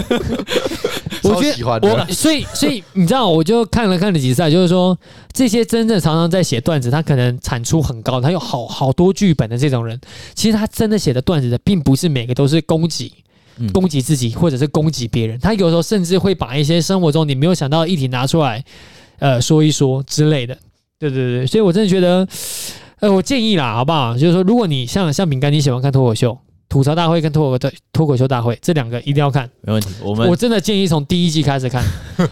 Speaker 1: 我
Speaker 3: 超
Speaker 1: 觉
Speaker 3: 喜
Speaker 1: 得
Speaker 3: 欢的。
Speaker 1: 我所以所以你知道，我就看了看了几次啊，就是说这些真正常常在写段子，他可能产出很高，他有好好多剧本的这种人，其实他真的写的段子的，并不是每个都是攻击
Speaker 2: 嗯。
Speaker 1: 攻击自己或者是攻击别人，他有时候甚至会把一些生活中你没有想到的议题拿出来，呃，说一说之类的。对对对，所以我真的觉得，呃，我建议啦，好不好？就是说，如果你像像饼干，你喜欢看脱口秀、吐槽大会跟脱口秀脱口秀大会这两个一定要看。
Speaker 2: 没问题，我们
Speaker 1: 我真的建议从第一季开始 看，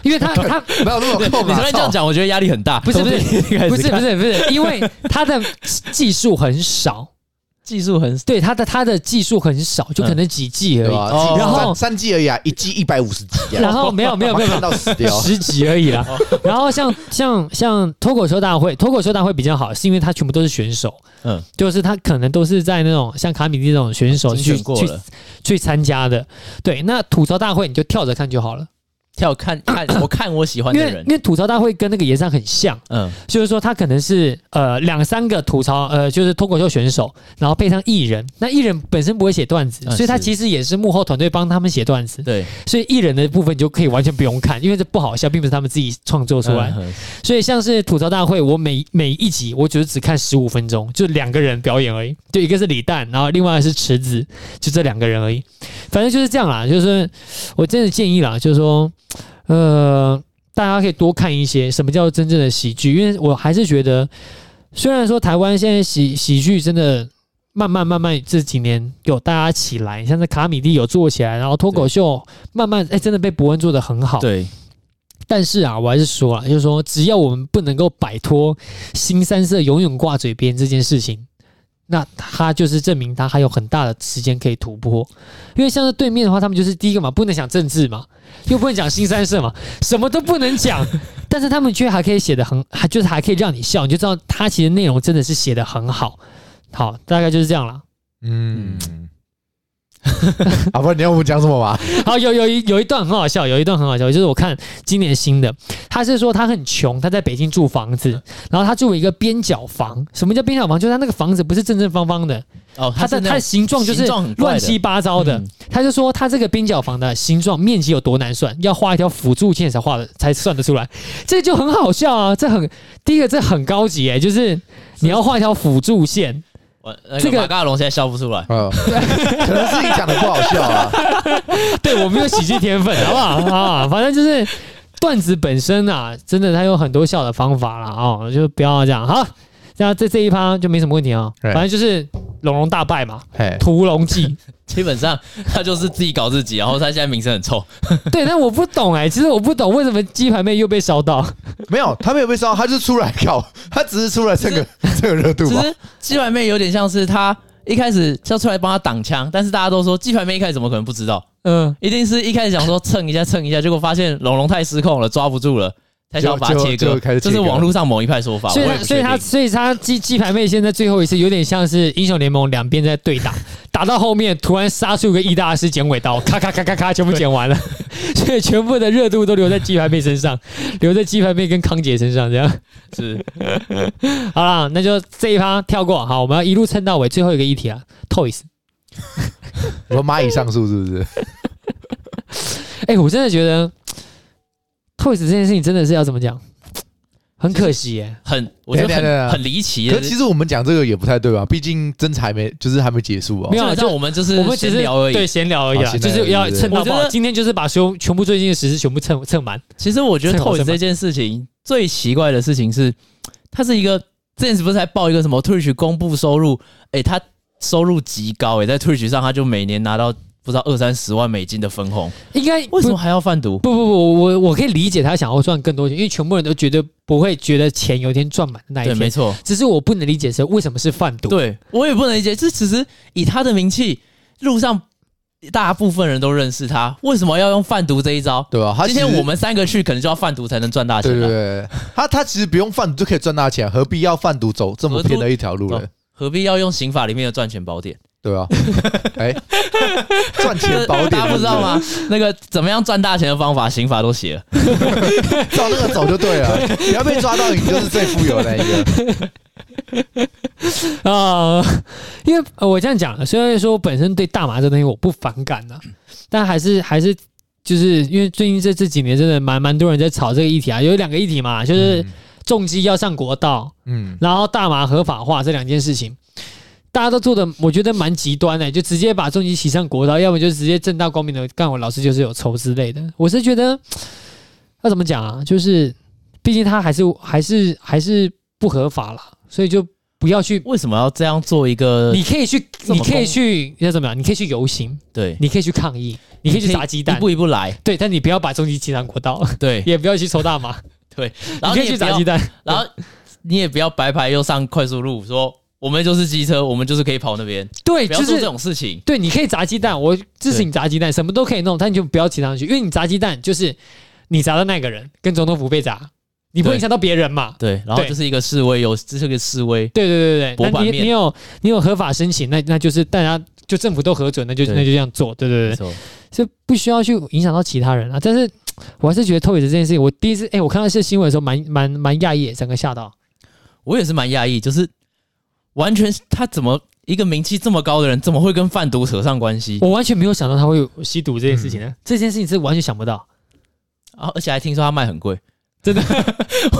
Speaker 1: 因为他他
Speaker 3: 哪有那么空
Speaker 2: 你
Speaker 3: 啊
Speaker 2: 突然这样
Speaker 3: 操
Speaker 2: 讲，我觉得压力很大。
Speaker 1: 不是
Speaker 2: 从
Speaker 1: 不是
Speaker 2: 这里开始
Speaker 1: 不是不
Speaker 2: 看
Speaker 1: 是不是， 因为他的技术很少，
Speaker 2: 技术很
Speaker 1: 对他的他的技术很少，
Speaker 2: 嗯
Speaker 1: 就可能几季而
Speaker 3: 对
Speaker 1: 已，
Speaker 3: 吧？
Speaker 2: 哦
Speaker 3: 几
Speaker 1: 然后
Speaker 3: 三三季而已啊，一季一百五十集啊，
Speaker 1: 然后没有没有没 有没
Speaker 3: 看到死掉
Speaker 2: 啊
Speaker 1: 有。十集而已啦。
Speaker 2: 哦
Speaker 1: 然后像像像脱口秀大会，脱口秀大会比较好，是因为他全部都是选手，
Speaker 2: 嗯哦
Speaker 1: 就是他可能都是在那种像卡米蒂这种选手
Speaker 2: 精
Speaker 1: 去
Speaker 2: 选过
Speaker 1: 去
Speaker 2: 了，
Speaker 1: 去参加的。对，那吐槽大会你就跳着看就好了，
Speaker 2: 跳看 看我看我喜欢
Speaker 1: 因
Speaker 2: 的
Speaker 1: 为
Speaker 2: 人
Speaker 1: 因，为吐槽大会跟那个野战很像。
Speaker 2: 嗯，
Speaker 1: 就是说他可能是呃两三个吐槽呃就是脱口秀选手，然后配上艺人，那艺人本身不会写段子，
Speaker 2: 嗯
Speaker 1: 所以他
Speaker 2: 是
Speaker 1: 其实也是幕后团队帮他们写段子，
Speaker 2: 对，
Speaker 1: 所以艺人的部分就可以完全不用看，因为这不好笑，并不是他们自己创作出来。
Speaker 2: 嗯
Speaker 1: 所以像是吐槽大会，我每每一集我只是只看十五分钟，就两个人表演而已，就一个是李诞，然后另外是池子，就这两个人而已。反正就是这样啦，就是我真的建议啦，就是说，呃，大家可以多看一些什么叫真正的喜剧，因为我还是觉得，虽然说台湾现在喜喜剧真的。慢慢慢慢这几年有大家起来，像是卡米蒂有做起来，然后脱口秀慢慢哎、真的被伯恩做的很好。
Speaker 2: 对，
Speaker 1: 但是啊，我还是说啊，就是说，只要我们不能够摆脱新三色永远挂嘴边这件事情，那他就是证明他还有很大的时间可以突破。因为像是对面的话，他们就是第一个嘛，不能讲政治嘛，又不能讲新三色嘛，什么都不能讲，但是他们却还可以写的很，还就是还可以让你笑，你就知道他其实内容真的是写的很好。好，大概就是这样啦。
Speaker 3: 嗯，啊，不然你要我们讲什么嘛？
Speaker 1: 好，有有一有一段很好笑，有一段很好笑，就是我看今年新的，他是说他很穷，他在北京住房
Speaker 2: 嗯
Speaker 1: 子，然后他住了一个边角房。什么叫边角房？就是他那个房子不是正正方方的，
Speaker 2: 哦，
Speaker 1: 它
Speaker 2: 是
Speaker 1: 的
Speaker 2: 那
Speaker 1: 它的
Speaker 2: 种
Speaker 1: 形状就是
Speaker 2: 形状很怪
Speaker 1: 乱
Speaker 2: 的
Speaker 1: 七八糟的
Speaker 2: 嗯。
Speaker 1: 他就说他这个边角房的形状面积有多难算，要画一条辅助线才画的才算得出来，这就很好笑啊！这很第一个，这很高级哎、就是你要画一条辅助线，
Speaker 2: 我那
Speaker 1: 这
Speaker 2: 个
Speaker 1: 个
Speaker 2: 马嘎龙现在笑不出来，
Speaker 1: 哦
Speaker 3: 嗯，可能是你讲的不好 笑啊。
Speaker 1: 对我没有喜剧天分， 好不好啊？反正就是段子本身啊，真的它有很多笑的方法啦，哦，就不要这样。好，那这这一趴就没什么问题啊、
Speaker 3: 对
Speaker 1: 反正就是龙龙大败嘛，
Speaker 3: 嘿，
Speaker 1: 屠龙记。
Speaker 2: 基本上他就是自己搞自己，然后他现在名声很臭，
Speaker 1: 对，但我不懂哎、其实我不懂为什么鸡排妹又被烧到。
Speaker 3: 没有，他没有被烧，他就是出来搞，他只是出来蹭个蹭个热度
Speaker 2: 其
Speaker 3: 吧。
Speaker 2: 实鸡排妹有点像是他一开始要出来帮他挡枪，但是大家都说鸡排妹一开始怎么可能不知道？
Speaker 1: 嗯，
Speaker 2: 一定是一开始想说蹭一下蹭一下，结果发现龙龙太失控了，抓不住了，才想要把它切
Speaker 3: 就就就开
Speaker 2: 割。
Speaker 3: 始
Speaker 2: 这
Speaker 3: 切割
Speaker 2: 是网络上某一派说法，我
Speaker 1: 所以
Speaker 2: 也
Speaker 1: 他
Speaker 2: 不
Speaker 1: 所以
Speaker 2: 确
Speaker 1: 他
Speaker 2: 定。
Speaker 1: 所以他鸡鸡排妹现在最后一次有点像是英雄联盟两边在对打，打到后面突然杀出个易大师剪尾刀，咔咔咔咔咔全部剪完了，所以全部的热度都留在鸡排妹身上，留在鸡排妹跟康姐身上这样。
Speaker 2: 是
Speaker 1: 好啦，那就这一趴跳过。好，我们要一路蹭到尾，最后一个议题啊，Toys。
Speaker 3: 我说蚂蚁上树是不是？
Speaker 1: 哎、我真的觉得 Toys 这件事情真的是要怎么讲？很可惜耶。
Speaker 2: 很我觉得
Speaker 3: 等一下等一下
Speaker 2: 很很离奇。
Speaker 3: 可是其实我们讲这个也不太对吧？毕竟侦查还没，就是还没结束啊
Speaker 1: 没。有啊
Speaker 2: 对
Speaker 1: 就
Speaker 2: 但我们就是
Speaker 1: 我们只
Speaker 2: 闲
Speaker 1: 是
Speaker 2: 聊而已。
Speaker 1: 对闲聊而已
Speaker 3: 好
Speaker 1: 啦，
Speaker 3: 闲
Speaker 1: 就
Speaker 3: 聊
Speaker 1: 是要蹭
Speaker 2: 对
Speaker 1: 到
Speaker 2: 我觉
Speaker 1: 爆。
Speaker 2: 得
Speaker 1: 今天就是把所有全部最近的时事全部蹭蹭满。
Speaker 2: 其实我觉得
Speaker 1: 趁火
Speaker 2: 透影
Speaker 1: 趁
Speaker 2: 这
Speaker 1: 晚
Speaker 2: 件事情最奇怪的事情是，它是一个之前是不是还报一个什么 Twitch 公布收入？诶，他收入极高诶，在 Twitch 上他就每年拿到不知道二三十万美金的分红，
Speaker 1: 应该
Speaker 2: 为什么还要贩毒？
Speaker 1: 不不不，我我可以理解他想要赚更多钱，因为全部人都觉得不会觉得钱有一天赚满的那一
Speaker 2: 对，没
Speaker 1: 天。
Speaker 2: 错，
Speaker 1: 只是我不能理解是为什么是贩毒。
Speaker 2: 对我也不能理解。这其实以他的名气，路上大部分人都认识他，为什么要用贩毒这一招？
Speaker 3: 对吧？他
Speaker 2: 今
Speaker 3: 其
Speaker 2: 天
Speaker 3: 实
Speaker 2: 我们三个去，可能就要贩毒才能赚大钱
Speaker 3: 对
Speaker 2: 了。
Speaker 3: 对对，他他其实不用贩毒就可以赚大钱，何必要贩毒走这么偏的一条路呢？
Speaker 2: 何必要用刑法里面的赚钱宝典？
Speaker 3: 对吧？哎，赚 钱宝典，
Speaker 2: 大家不知道吗？那个怎么样赚大钱的方法，刑法都写了。
Speaker 3: 照那个走就对了，你要被抓到，你就是最富有的那一个。
Speaker 1: 啊、 因为、呃我这样讲，虽然说我本身对大麻这东西我不反感 呐、但还是还是就是因为最近这这几年真的蛮蛮多人在炒这个议题啊，有两个议题嘛，
Speaker 2: 嗯
Speaker 1: 就是重机要上国道，
Speaker 3: 嗯，
Speaker 1: 然后大麻合法化这两件事情，大家都做的我觉得蛮极端的、就直接把重机骑上国道，要么就直接正大光明的干我老师就是有仇之类的。我是觉得要怎么讲啊，就是毕竟他还是还是还是不合法啦，所以就不要去。
Speaker 2: 为什么要这样做一个
Speaker 1: 你？可以去，
Speaker 2: 这
Speaker 1: 你
Speaker 2: 么
Speaker 1: 可
Speaker 2: 公
Speaker 1: 以去，要怎么样？你可以去游行，
Speaker 2: 对，
Speaker 1: 你可以去抗议，你可以去砸鸡蛋
Speaker 2: 一，步一步来。
Speaker 1: 对，但你不要把重机骑上国道，
Speaker 2: 对，
Speaker 1: 也不要去抽大麻，
Speaker 2: 然
Speaker 1: 你
Speaker 2: 后你
Speaker 1: 可以
Speaker 2: 也
Speaker 1: 去
Speaker 2: 不
Speaker 1: 砸
Speaker 2: 要
Speaker 1: 鸡，蛋。
Speaker 2: 然后你也不要白牌又上快速路，说我们就是机车，我们就是可以跑那边，
Speaker 1: 对，
Speaker 2: 不要
Speaker 1: 哎就
Speaker 2: 做这
Speaker 1: 是
Speaker 2: 种事情。
Speaker 1: 对，你可以砸鸡蛋，我支持
Speaker 2: 对
Speaker 1: 你砸鸡蛋，什么都可以弄，但你就不要骑上去，因为你砸鸡蛋就是你砸的那个人跟总统府被砸，你不会
Speaker 2: 对
Speaker 1: 影响到别人嘛。
Speaker 2: 对，然后
Speaker 1: 对
Speaker 2: 就是一个示威，有这是个示威。
Speaker 1: 对对对
Speaker 2: 博
Speaker 1: 对，那
Speaker 2: 版
Speaker 1: 你
Speaker 2: 面
Speaker 1: 你有你有合法申请，那那就是大家就政府都核准，那就
Speaker 2: 对
Speaker 1: 那就这样做，对对对，
Speaker 2: 没错，
Speaker 1: 这不需要去影响到其他人啊。但是我还是觉得透椅子这件事情，我第一次哎、我看到这新闻的时候蛮蛮蛮讶异，整个吓到。
Speaker 2: 我也是蛮讶异，就是完全是他怎么一个名气这么高的人，怎么会跟贩毒扯上关系？
Speaker 1: 我完全没有想到他会有吸毒这件事情呢、这件事情是完全想不到。
Speaker 2: 然后啊而且还听说他卖很贵，
Speaker 1: 真的，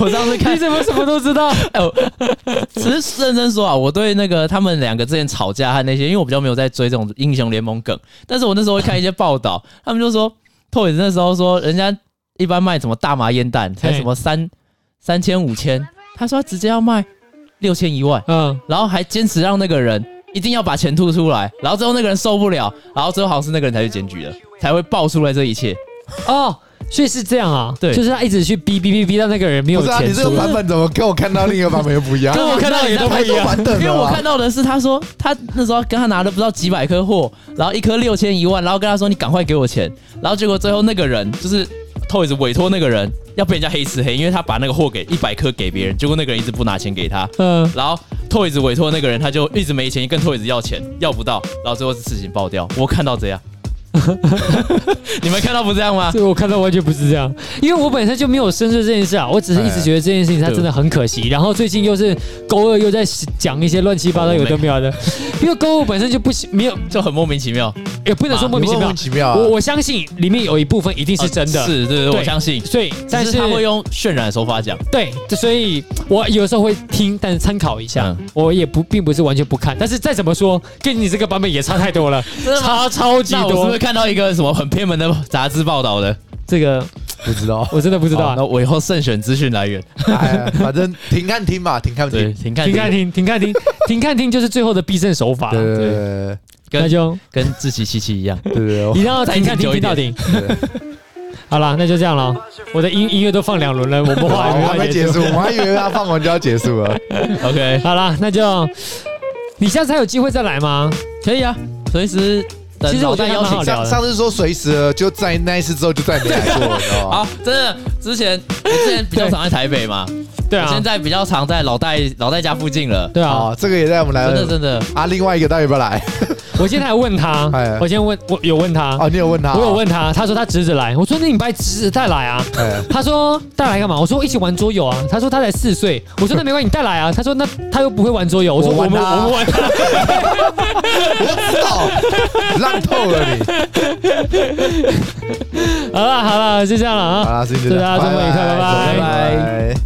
Speaker 2: 我上次 看
Speaker 1: 你怎么什么都知道？
Speaker 2: 哎，我 只是认真说啊，我对那个他们两个之前吵架和那些，因为我比较没有在追这种英雄联盟梗，但是我那时候会看一些报道，他们就说 Toys 那时候说人家一般卖什么大麻烟弹才
Speaker 1: 嘿
Speaker 2: 什么三三千五千，他说他直接要卖六千一万，
Speaker 1: 嗯，
Speaker 2: 然后还坚持让那个人一定要把钱吐出来，然后最后那个人受不了，然后最后好像是那个人才去检举了，才会爆出来这一切。
Speaker 1: 哦，所以是这样啊，
Speaker 2: 对
Speaker 1: 就是他一直去逼逼逼逼到那个人没有
Speaker 3: 不是啊，
Speaker 1: 钱
Speaker 3: 你这
Speaker 1: 出
Speaker 3: 个版
Speaker 1: 来，
Speaker 3: 本怎么跟我看到另一个版本又不一样？
Speaker 2: 跟我看到的也都
Speaker 1: 不一样
Speaker 3: 太多版本
Speaker 2: 因为
Speaker 3: 了
Speaker 1: 啊
Speaker 2: 我
Speaker 3: 吧
Speaker 2: 看到的是，他说他那时候跟他拿了不知道几百颗货，然后一颗六千一万，然后跟他说你赶快给我钱，然后结果最后那个人就是 Toys 委托那个人要被人家黑吃黑，因为他把那个货给一百颗给别人，结果那个人一直不拿钱给他，
Speaker 1: 嗯，
Speaker 2: 然后 Toys 委托那个人他就一直没钱，跟 Toys 要钱要不到，然后最后事情爆掉，我看到这样， 你们看到不这样吗？
Speaker 1: 这个我看到完全不是这样，因为我本身就没有深圳这件事啊，我只是一直觉得这件事情它真的很可惜。然后最近又是勾二又在讲一些乱七八糟有的没有的，因为勾二本身就不喜没有，
Speaker 2: 就很莫名其妙，
Speaker 1: 也不能说莫名其
Speaker 3: 莫
Speaker 1: 妙
Speaker 3: 名。其妙啊！
Speaker 1: 我我相信里面有一部分一定是真的，
Speaker 2: 呃是，对对，
Speaker 1: 对
Speaker 2: 我相信。
Speaker 1: 所以但
Speaker 2: 但是
Speaker 1: 是
Speaker 2: 他会用渲染手法讲，
Speaker 1: 对，所以我有时候会听，但是参考一下，
Speaker 2: 嗯
Speaker 1: 我也不并不是完全不看。但是再怎么说，跟你这个版本也差太多了，
Speaker 2: 真的吗
Speaker 1: 差超级
Speaker 2: 那我是不
Speaker 1: 多
Speaker 2: 是。看到一个什么很偏门的杂志报道的？
Speaker 1: 这个
Speaker 3: 不知道，
Speaker 1: 我真的不知道
Speaker 2: 好
Speaker 1: 啊。
Speaker 2: 那我以后慎选资讯来源。
Speaker 3: 哎呀，反正停看听吧，停看
Speaker 2: 对，
Speaker 3: 听。
Speaker 2: 停看
Speaker 1: 停看停，停看停， 停看停就是最后的必胜手法。
Speaker 3: 对对对
Speaker 1: 那
Speaker 2: 跟
Speaker 1: 就
Speaker 2: 跟自欺欺欺 一样。
Speaker 3: 对对
Speaker 1: 一
Speaker 3: 对
Speaker 1: 定要停看停停到顶。
Speaker 3: 对，
Speaker 1: 好啦，那就这样了。我的音音乐都放两 轮了，我们
Speaker 3: 我
Speaker 1: 话
Speaker 3: 还
Speaker 1: 还
Speaker 3: 没
Speaker 1: 没
Speaker 3: 结
Speaker 1: 结
Speaker 3: 束，
Speaker 1: 束。
Speaker 3: 我还以为他放完就要结束 了。
Speaker 2: OK，
Speaker 1: 好啦，那就你下次还有机会再来吗？
Speaker 2: 可以啊，随时等
Speaker 1: 其实我觉得
Speaker 2: 老大邀
Speaker 1: 蛮好
Speaker 2: 请。
Speaker 1: 聊
Speaker 3: 上
Speaker 1: 的
Speaker 3: 上次说随时了就在那一次之后就再没来过，你 知
Speaker 1: 啊
Speaker 3: 道吗？
Speaker 2: 好，真的，之前我之前比较常在台北嘛，
Speaker 1: 对
Speaker 2: 我
Speaker 1: 啊
Speaker 2: 现，在比较常在老戴老戴家附近了。
Speaker 1: 对啊。
Speaker 3: 好，这个也带我们来
Speaker 2: 真的
Speaker 3: 了。
Speaker 2: 真的，
Speaker 3: 啊，另外一个到底要不 要来？
Speaker 1: 我现在还问他
Speaker 3: 哎，
Speaker 1: 我先问，我有问他，
Speaker 3: 哦，你有问他？
Speaker 1: 我有。问他，他说他侄子来，我说那你把侄子带来啊。
Speaker 3: 哎，
Speaker 1: 他说带来干嘛？我说一起玩桌游啊。他说他才四岁，我说那没关系，你带来啊。他说那他又不会玩桌游，我说
Speaker 3: 我
Speaker 1: 我
Speaker 3: 玩
Speaker 1: 们
Speaker 3: 他
Speaker 1: 我们玩。
Speaker 3: 我知道，烂透了你。
Speaker 1: 好了好了，就这样了啊
Speaker 3: 好。啦，事情
Speaker 1: 啊祝
Speaker 3: 就这
Speaker 1: 大
Speaker 3: 样，
Speaker 1: 家周末愉快拜拜
Speaker 3: 拜拜。